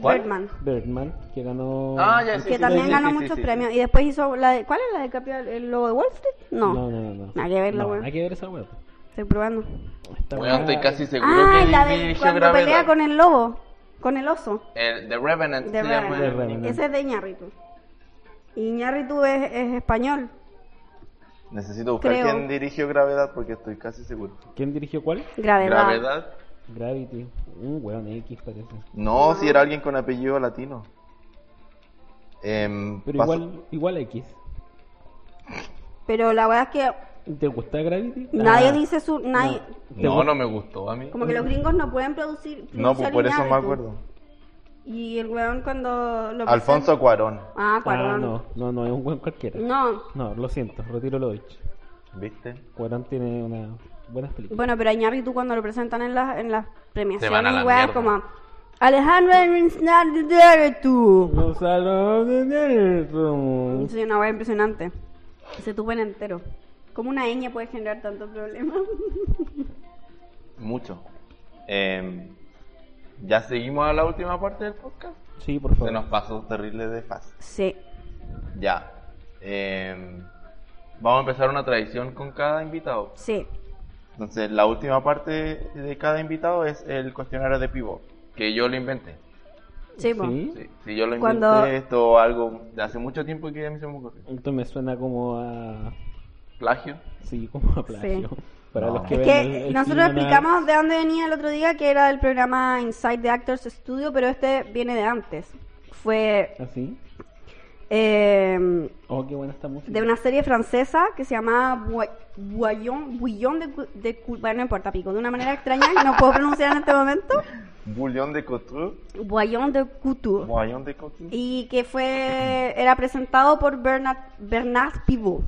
Speaker 2: ¿Cuál?
Speaker 1: Ah, Birdman.
Speaker 3: Birdman, que ganó...
Speaker 2: Ah, ya, sí,
Speaker 1: que
Speaker 2: sí,
Speaker 1: también
Speaker 2: sí,
Speaker 1: ganó
Speaker 2: sí, sí,
Speaker 1: muchos
Speaker 2: sí.
Speaker 1: premios. Y después hizo la de, ¿cuál es la de Capital? ¿El lobo de Wall Street? No.
Speaker 3: No, no, no. no.
Speaker 1: Nada que ver la
Speaker 3: No,
Speaker 1: weá.
Speaker 3: Hay que ver esa weá.
Speaker 1: Estoy probando.
Speaker 3: Esta
Speaker 2: Bueno,
Speaker 3: weá-
Speaker 2: estoy casi seguro
Speaker 1: Ah,
Speaker 2: que
Speaker 1: la
Speaker 2: él
Speaker 1: de
Speaker 2: dirigió
Speaker 1: cuando
Speaker 2: Gravedad.
Speaker 1: pelea con el lobo, con el oso.
Speaker 2: El- The Revenant.
Speaker 1: De
Speaker 2: se llama
Speaker 1: Revenant.
Speaker 2: en
Speaker 3: The Revenant.
Speaker 1: Ese es de Iñárritu. Iñárritu es, es español.
Speaker 2: inglés. Necesito buscar
Speaker 1: Creo.
Speaker 2: quién dirigió Gravedad porque estoy casi seguro.
Speaker 3: ¿Quién dirigió cuál?
Speaker 1: Gravedad.
Speaker 2: ¿Gravedad?
Speaker 3: Gravity. Un weón X parece.
Speaker 2: No, si era alguien con apellido latino. Em,
Speaker 3: Pero
Speaker 2: paso-
Speaker 3: igual, igual X.
Speaker 1: Pero la verdad es que
Speaker 3: ¿Te gusta Gravity?
Speaker 1: nadie
Speaker 3: Ah,
Speaker 1: dice su... Nadie,
Speaker 2: No, no me gustó a mí.
Speaker 1: Como que los gringos no pueden producir... producir
Speaker 2: No, pues por eso me
Speaker 1: Iñárritu.
Speaker 2: acuerdo.
Speaker 1: Y el weón cuando... Lo
Speaker 2: Alfonso Cuarón.
Speaker 1: presenta- Ah, Cuarón.
Speaker 3: Ah, no, no, no, es un buen cualquiera.
Speaker 1: No.
Speaker 3: No, lo siento, retiro lo dicho.
Speaker 2: ¿Viste?
Speaker 3: Cuarón tiene una buenas películas.
Speaker 1: Bueno, pero a Iñárritu cuando lo presentan en las en las
Speaker 2: Se van a la
Speaker 1: premiaciones, weón,
Speaker 2: mierda.
Speaker 1: como... Alejandro Iñárritu.
Speaker 3: Gonzalo de Nervo.
Speaker 1: Es una weá impresionante. Se tupen entero. Como una ñ puede generar tantos problemas.
Speaker 2: Mucho. Em, ya seguimos a la última parte del podcast.
Speaker 3: Sí, por
Speaker 2: Se
Speaker 3: favor.
Speaker 2: nos pasó terrible de fase.
Speaker 1: sí.
Speaker 2: Ya. Em, vamos a empezar una tradición con cada invitado.
Speaker 1: Sí.
Speaker 2: Entonces, la última parte de cada invitado es el cuestionario de pivot, que yo lo inventé.
Speaker 1: Sí, po.
Speaker 3: Sí.
Speaker 2: Sí, sí, yo lo inventé
Speaker 1: Cuando-
Speaker 2: esto algo de hace mucho tiempo que a mí se me ocurrió.
Speaker 3: Esto me suena como a
Speaker 2: Plagio.
Speaker 3: sí, como a plagio.
Speaker 1: Sí.
Speaker 3: Para
Speaker 2: No.
Speaker 3: los que
Speaker 1: Es
Speaker 3: ven
Speaker 1: que
Speaker 3: el- el
Speaker 1: nosotros
Speaker 3: Kingdom
Speaker 1: explicamos de dónde venía el otro día, que era el programa Inside the Actors Studio, pero este viene de antes. Fue
Speaker 3: Hearts. Así.
Speaker 1: eh,
Speaker 3: ¿Ah, Oh, qué buena esta música.
Speaker 1: de una serie francesa que se llamaba Bua- Buillon, Buillon de, Cu- de Cu- Bueno, no importa, pico. De una manera extraña, que no puedo pronunciar en este momento.
Speaker 2: Bouillon de couture.
Speaker 1: Buillon de Couture.
Speaker 2: Bouillon de couture.
Speaker 1: y que fue era presentado por Bernard, Bernard Pivot.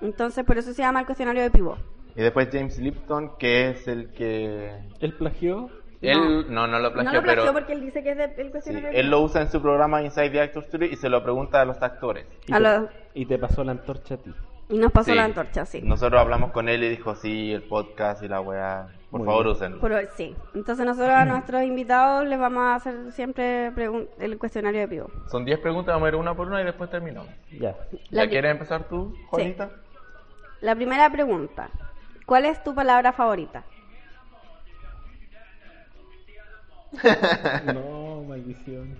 Speaker 1: Entonces, por eso se llama el cuestionario de Pivot.
Speaker 2: Y después James Lipton, que es el que...
Speaker 3: El plagio
Speaker 2: Él no, no lo plagió,
Speaker 1: no lo plagió
Speaker 2: pero
Speaker 1: porque él dice que es del
Speaker 2: sí,
Speaker 1: cuestionario de
Speaker 2: él lo usa en su programa Inside the Actors Studio y se lo pregunta a los actores.
Speaker 3: y,
Speaker 1: A
Speaker 3: te,
Speaker 1: la-
Speaker 3: y te pasó la antorcha a ti.
Speaker 1: Y nos pasó
Speaker 2: Sí.
Speaker 1: la antorcha, sí.
Speaker 2: Nosotros hablamos con él y dijo, sí, el podcast y la weá, por
Speaker 3: Muy
Speaker 2: favor
Speaker 3: bien.
Speaker 2: úsenlo.
Speaker 1: Por hoy, sí. Entonces, nosotros a nuestros invitados les vamos a hacer siempre pregun- el cuestionario de Pivot.
Speaker 2: Son 10 preguntas, vamos a ir una por una y después terminamos.
Speaker 3: Ya.
Speaker 1: La
Speaker 2: ¿Ya
Speaker 1: pri-
Speaker 2: quieres empezar tú, Juanita?
Speaker 1: La primera pregunta: ¿Cuál es tu palabra favorita?
Speaker 3: No, maldición.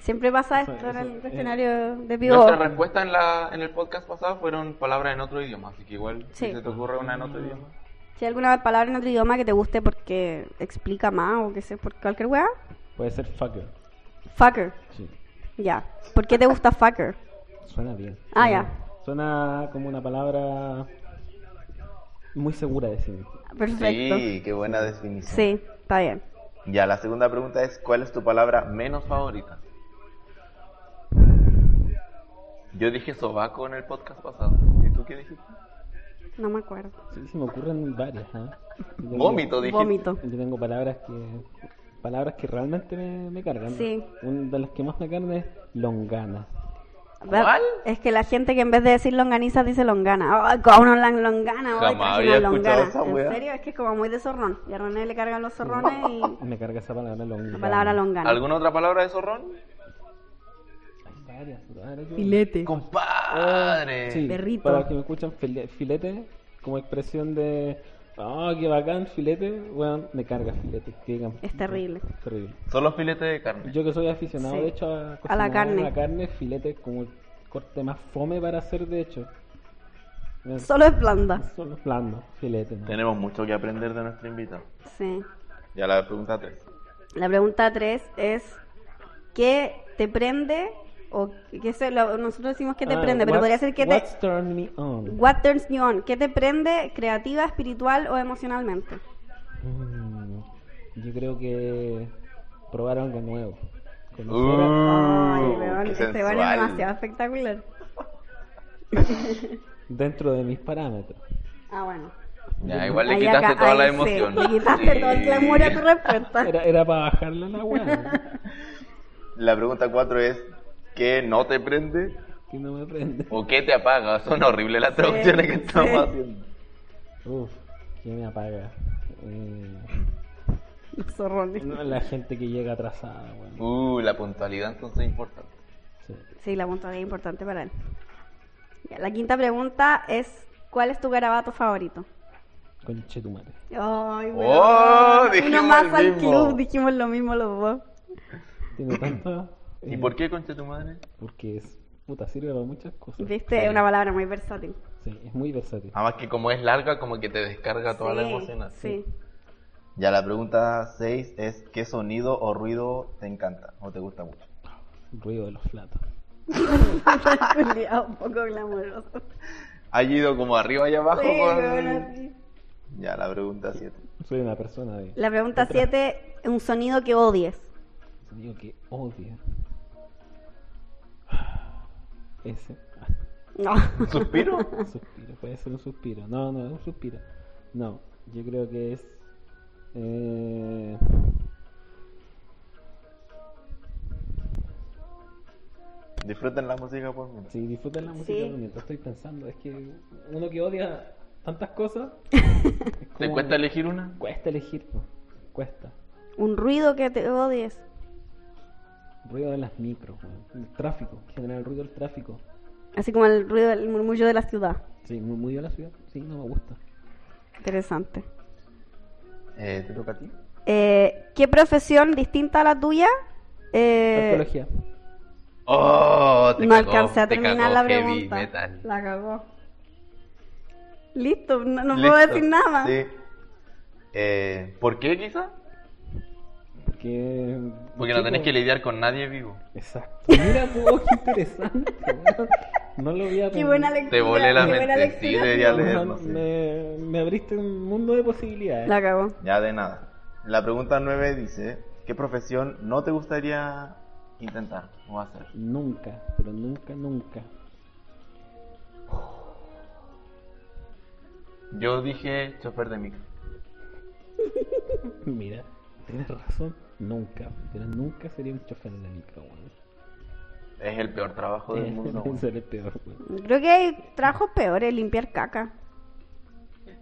Speaker 1: Siempre pasa esto
Speaker 3: Eso- eh.
Speaker 1: en el
Speaker 3: eso-
Speaker 1: cuestionario de
Speaker 2: Nuestra
Speaker 1: Pivot.
Speaker 2: respuesta en, la, en el podcast pasado fueron palabras en otro idioma, así que igual
Speaker 1: Sí.
Speaker 2: si se te ocurre una en otro idioma.
Speaker 1: Si hay alguna palabra en otro idioma que te guste porque explica más o que sé, por cualquier weá,
Speaker 3: Puede ser fucker.
Speaker 1: fucker.
Speaker 3: Sí.
Speaker 1: Ya. ¿Por qué te gusta fucker?
Speaker 3: Suena bien.
Speaker 1: Ah,
Speaker 3: Suena-
Speaker 1: ya.
Speaker 3: Suena como una palabra muy segura de sí mismo.
Speaker 1: Perfecto. Sí,
Speaker 2: qué buena definición.
Speaker 1: está bien.
Speaker 2: Ya, la segunda pregunta es, ¿cuál es tu palabra menos favorita? Yo dije sobaco en el podcast pasado. ¿Y tú qué dijiste?
Speaker 1: No me acuerdo.
Speaker 3: Sí, se me ocurren varias, ¿ah? Yo tengo-
Speaker 2: Vómito, dijiste.
Speaker 1: Vómito.
Speaker 3: Yo tengo palabras que palabras que realmente me, me cargan.
Speaker 1: Sí.
Speaker 3: Una de las que más me cargan es longana.
Speaker 1: Ve-
Speaker 2: ¿Cuál?
Speaker 1: Es que la gente que en vez de decir longaniza dice longana. Ah, ¡Ay, con una lan- longana! ¡Ay,
Speaker 2: Jamás
Speaker 1: traje
Speaker 2: había
Speaker 1: una
Speaker 2: escuchado
Speaker 1: longana!
Speaker 2: esa
Speaker 1: ¿En
Speaker 2: wea.
Speaker 1: serio? Es que es como muy de zorrón. Y a René le cargan los zorrones y
Speaker 3: Me carga esa palabra longana.
Speaker 1: la palabra longana.
Speaker 2: ¿Alguna otra palabra de zorrón?
Speaker 3: Hay varias. ahora yo-
Speaker 1: Filete.
Speaker 2: ¡Compadre!
Speaker 3: Ah, Sí,
Speaker 1: Perrito.
Speaker 3: Para los que me escuchan, file- filete como expresión de... ¡Ah, qué bacán, filete! Bueno, me carga filete. que digan-
Speaker 1: Es terrible.
Speaker 3: Terrible.
Speaker 2: Son los filetes de carne.
Speaker 3: Yo que soy aficionado,
Speaker 1: Sí.
Speaker 3: de hecho, a,
Speaker 1: A la
Speaker 3: cocinar
Speaker 1: carne.
Speaker 3: La carne, filete es como el corte más fome para hacer, de hecho. Es
Speaker 1: Solo es blanda.
Speaker 3: Solo blando, filete. ¿no?
Speaker 2: Tenemos mucho que aprender de nuestro invitado.
Speaker 1: Sí.
Speaker 2: Ya la pregunta 3.
Speaker 1: La pregunta 3 es: ¿Qué te prende? O que eso lo- nosotros decimos que te
Speaker 3: Ah,
Speaker 1: prende, pero
Speaker 3: what's-
Speaker 1: podría ser que te.
Speaker 3: What's turn me on?
Speaker 1: What turns you on? ¿Qué te prende creativa, espiritual o emocionalmente?
Speaker 3: Mm, yo creo que probar algo nuevo. Conocer a-
Speaker 1: Ay,
Speaker 2: Uh,
Speaker 1: weón,
Speaker 2: qué
Speaker 1: este weón es
Speaker 2: sensual.
Speaker 1: demasiado espectacular.
Speaker 3: dentro de mis parámetros.
Speaker 1: Ah, bueno.
Speaker 2: Ya, igual le
Speaker 1: Ahí
Speaker 2: quitaste
Speaker 1: acá-
Speaker 2: toda la
Speaker 1: ahí sí,
Speaker 2: emoción.
Speaker 1: Le quitaste
Speaker 2: Sí.
Speaker 1: todo el glamour a tu respuesta.
Speaker 3: Era, era para bajarle la weá.
Speaker 2: La pregunta 4 es: ¿qué no te prende
Speaker 3: Que no me prende.
Speaker 2: o qué te apaga? Son horribles las traducciones que
Speaker 1: sí.
Speaker 2: estamos haciendo.
Speaker 3: Uf, ¿qué me apaga? Eh,
Speaker 1: Los zorrones.
Speaker 3: no, la gente que llega atrasada, weón.
Speaker 2: Uh, la puntualidad entonces es importante.
Speaker 3: Sí.
Speaker 1: Sí, la puntualidad es importante para él. Ya, la quinta pregunta es: ¿Cuál es tu garabato favorito?
Speaker 3: Conche tu madre.
Speaker 1: Ay,
Speaker 2: ¡Oh!
Speaker 1: weón. Uno
Speaker 2: Dijimos
Speaker 1: más
Speaker 2: el
Speaker 1: al
Speaker 2: mismo.
Speaker 1: club, dijimos lo mismo los dos.
Speaker 3: Tiene tanta.
Speaker 2: ¿Y
Speaker 3: eh,
Speaker 2: por qué, concha tu madre?
Speaker 3: Porque es. Puta, sirve para muchas cosas.
Speaker 1: Viste, es una palabra muy versátil.
Speaker 3: Sí, es muy versátil.
Speaker 2: Además que como es larga, como que te descarga toda la
Speaker 1: Sí,
Speaker 2: emoción. así.
Speaker 1: Sí.
Speaker 2: Ya la pregunta 6 es ¿qué sonido o ruido te encanta o te gusta mucho?
Speaker 3: Ruido de los platos.
Speaker 1: Culiao, un poco glamoroso.
Speaker 2: Ha ido como arriba y abajo.
Speaker 1: Sí,
Speaker 2: con-
Speaker 1: weón, así.
Speaker 2: Ya la pregunta 7.
Speaker 3: Soy una persona de.
Speaker 1: La pregunta 7: ¿Un sonido que odies?
Speaker 3: Sonido que odia. Ese.
Speaker 1: No.
Speaker 2: ¿Suspiro?
Speaker 3: Un suspiro, puede ser un suspiro. No, no, es un suspiro. No, yo creo que es. eh,
Speaker 2: Disfruten la música por mí.
Speaker 3: Si disfrutan la música
Speaker 1: Sí.
Speaker 3: mientras estoy pensando, es que uno que odia tantas cosas. es
Speaker 2: ¿Te
Speaker 3: como-
Speaker 2: cuesta elegir una?
Speaker 3: Cuesta elegir, po. cuesta.
Speaker 1: ¿Un ruido que te odies?
Speaker 3: Ruido de las micros, weón. el tráfico, en general, el ruido del tráfico.
Speaker 1: Así como el ruido, el murmullo de la ciudad.
Speaker 3: Sí, muy, muy de la ciudad, sí, no me gusta.
Speaker 1: Interesante.
Speaker 2: Eh, ¿Te toca a ti?
Speaker 1: Eh, ¿Qué profesión distinta a la tuya? Eh,
Speaker 3: Arqueología.
Speaker 2: Oh, te
Speaker 1: no
Speaker 2: cagó,
Speaker 1: alcancé a
Speaker 2: te
Speaker 1: terminar
Speaker 2: cagó
Speaker 1: la
Speaker 2: heavy
Speaker 1: pregunta.
Speaker 2: metal.
Speaker 1: La cagó. Listo, no, no
Speaker 2: Listo.
Speaker 1: puedo decir nada más.
Speaker 2: Sí. Eh, ¿Por qué quizá?
Speaker 3: Porque.
Speaker 2: Porque no tenés
Speaker 3: chico,
Speaker 2: que lidiar con nadie vivo.
Speaker 3: Exacto. Mira, tú, oh, qué interesante, weón. No lo había
Speaker 1: Qué buena
Speaker 3: pensado.
Speaker 1: lectura.
Speaker 2: Te volé la
Speaker 1: qué buena
Speaker 2: mente, sí,
Speaker 1: lectura.
Speaker 2: debería leer.
Speaker 3: Weón, me, me abriste un mundo de posibilidades.
Speaker 1: La cagó.
Speaker 2: Ya de nada. La pregunta 9 dice ¿qué profesión no te gustaría intentar o hacer?
Speaker 3: Nunca, pero nunca, nunca.
Speaker 2: Yo dije chofer de micro.
Speaker 3: Mira, tienes razón. Nunca, pero nunca sería un chofer de micro, weón.
Speaker 2: Es el peor trabajo del mundo.
Speaker 3: Ese
Speaker 2: güey.
Speaker 3: era el peor, weón.
Speaker 1: Creo que hay trabajos peores, limpiar caca.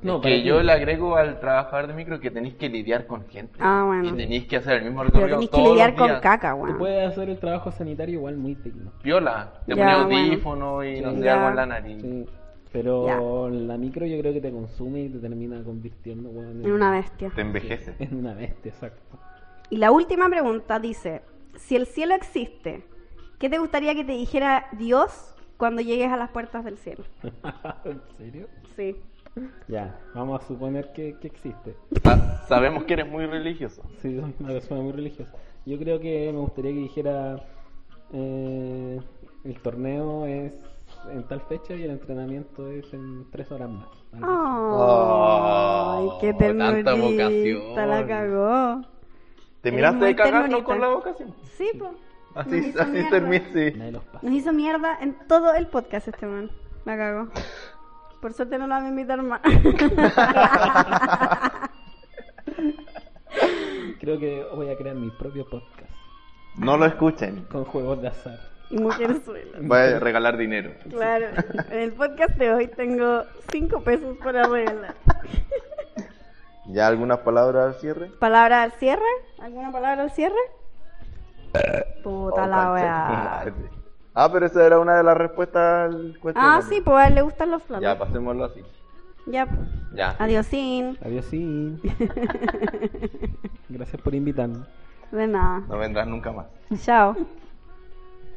Speaker 3: No,
Speaker 2: Es
Speaker 3: para
Speaker 2: que
Speaker 3: ti.
Speaker 2: yo le agrego al trabajar de micro que tenéis que lidiar con gente.
Speaker 1: Ah, bueno.
Speaker 2: Y tenéis que hacer el mismo
Speaker 1: Pero
Speaker 2: recorrido
Speaker 1: tenés que
Speaker 2: todos los
Speaker 1: lidiar con
Speaker 2: días.
Speaker 1: caca,
Speaker 3: Tú
Speaker 1: weón.
Speaker 3: puedes hacer el trabajo sanitario igual muy digno.
Speaker 2: Piola, te
Speaker 1: Ya,
Speaker 2: ponía
Speaker 1: bueno.
Speaker 2: audífono y no
Speaker 3: Sí.
Speaker 2: sé,
Speaker 1: Ya.
Speaker 2: algo en la nariz.
Speaker 3: Sí. Pero la micro yo creo que te consume y te termina convirtiendo weón,
Speaker 1: En una bestia.
Speaker 2: Te envejece.
Speaker 3: En una bestia, exacto.
Speaker 1: Y la última pregunta dice, si el cielo existe, ¿qué te gustaría que te dijera Dios cuando llegues a las puertas del cielo?
Speaker 3: ¿En serio?
Speaker 1: Sí.
Speaker 3: Ya, vamos a suponer que, que existe.
Speaker 2: Sa- sabemos que eres muy religioso.
Speaker 3: Sí, soy una persona muy religiosa. Yo creo que me gustaría que dijera eh, el torneo es en tal fecha y el entrenamiento es en tres horas más.
Speaker 1: Ay,
Speaker 3: Algo así.
Speaker 1: qué
Speaker 2: Oh, tanta
Speaker 1: ternurita, la
Speaker 2: vocación.
Speaker 1: cagó.
Speaker 2: Te
Speaker 1: Eres
Speaker 2: miraste
Speaker 1: muy
Speaker 2: de cagarnos
Speaker 1: ternurita.
Speaker 2: con la boca, sí.
Speaker 1: Sí, po. Nos
Speaker 2: Así,
Speaker 1: hizo
Speaker 2: así
Speaker 1: mierda.
Speaker 2: termina, sí.
Speaker 3: Nadie los pasa.
Speaker 1: Nos hizo mierda en todo el podcast este man. La cagó. Por suerte no la voy a invitar más.
Speaker 3: Creo que voy a crear mi propio podcast
Speaker 2: No lo escuchen.
Speaker 3: con juegos de azar.
Speaker 1: y mujerzuela.
Speaker 2: Voy a regalar dinero.
Speaker 1: Claro. En el podcast de hoy tengo cinco pesos para regalar.
Speaker 2: ¿Ya algunas palabras al cierre?
Speaker 1: ¿Palabra al cierre? ¿Alguna palabra al cierre? Puta
Speaker 2: Oh,
Speaker 1: la
Speaker 2: concha
Speaker 1: weá.
Speaker 2: de madre. Ah, pero esa era una de las respuestas al
Speaker 1: Ah,
Speaker 2: cuestionario.
Speaker 1: sí, pues a él le gustan los
Speaker 2: Ya,
Speaker 1: platos.
Speaker 2: pasémoslo así.
Speaker 1: Ya. pues.
Speaker 2: Ya.
Speaker 1: Adiosín.
Speaker 3: Adiós, sí. Gracias por invitarme.
Speaker 1: De nada.
Speaker 2: No vendrás nunca más.
Speaker 1: Chao.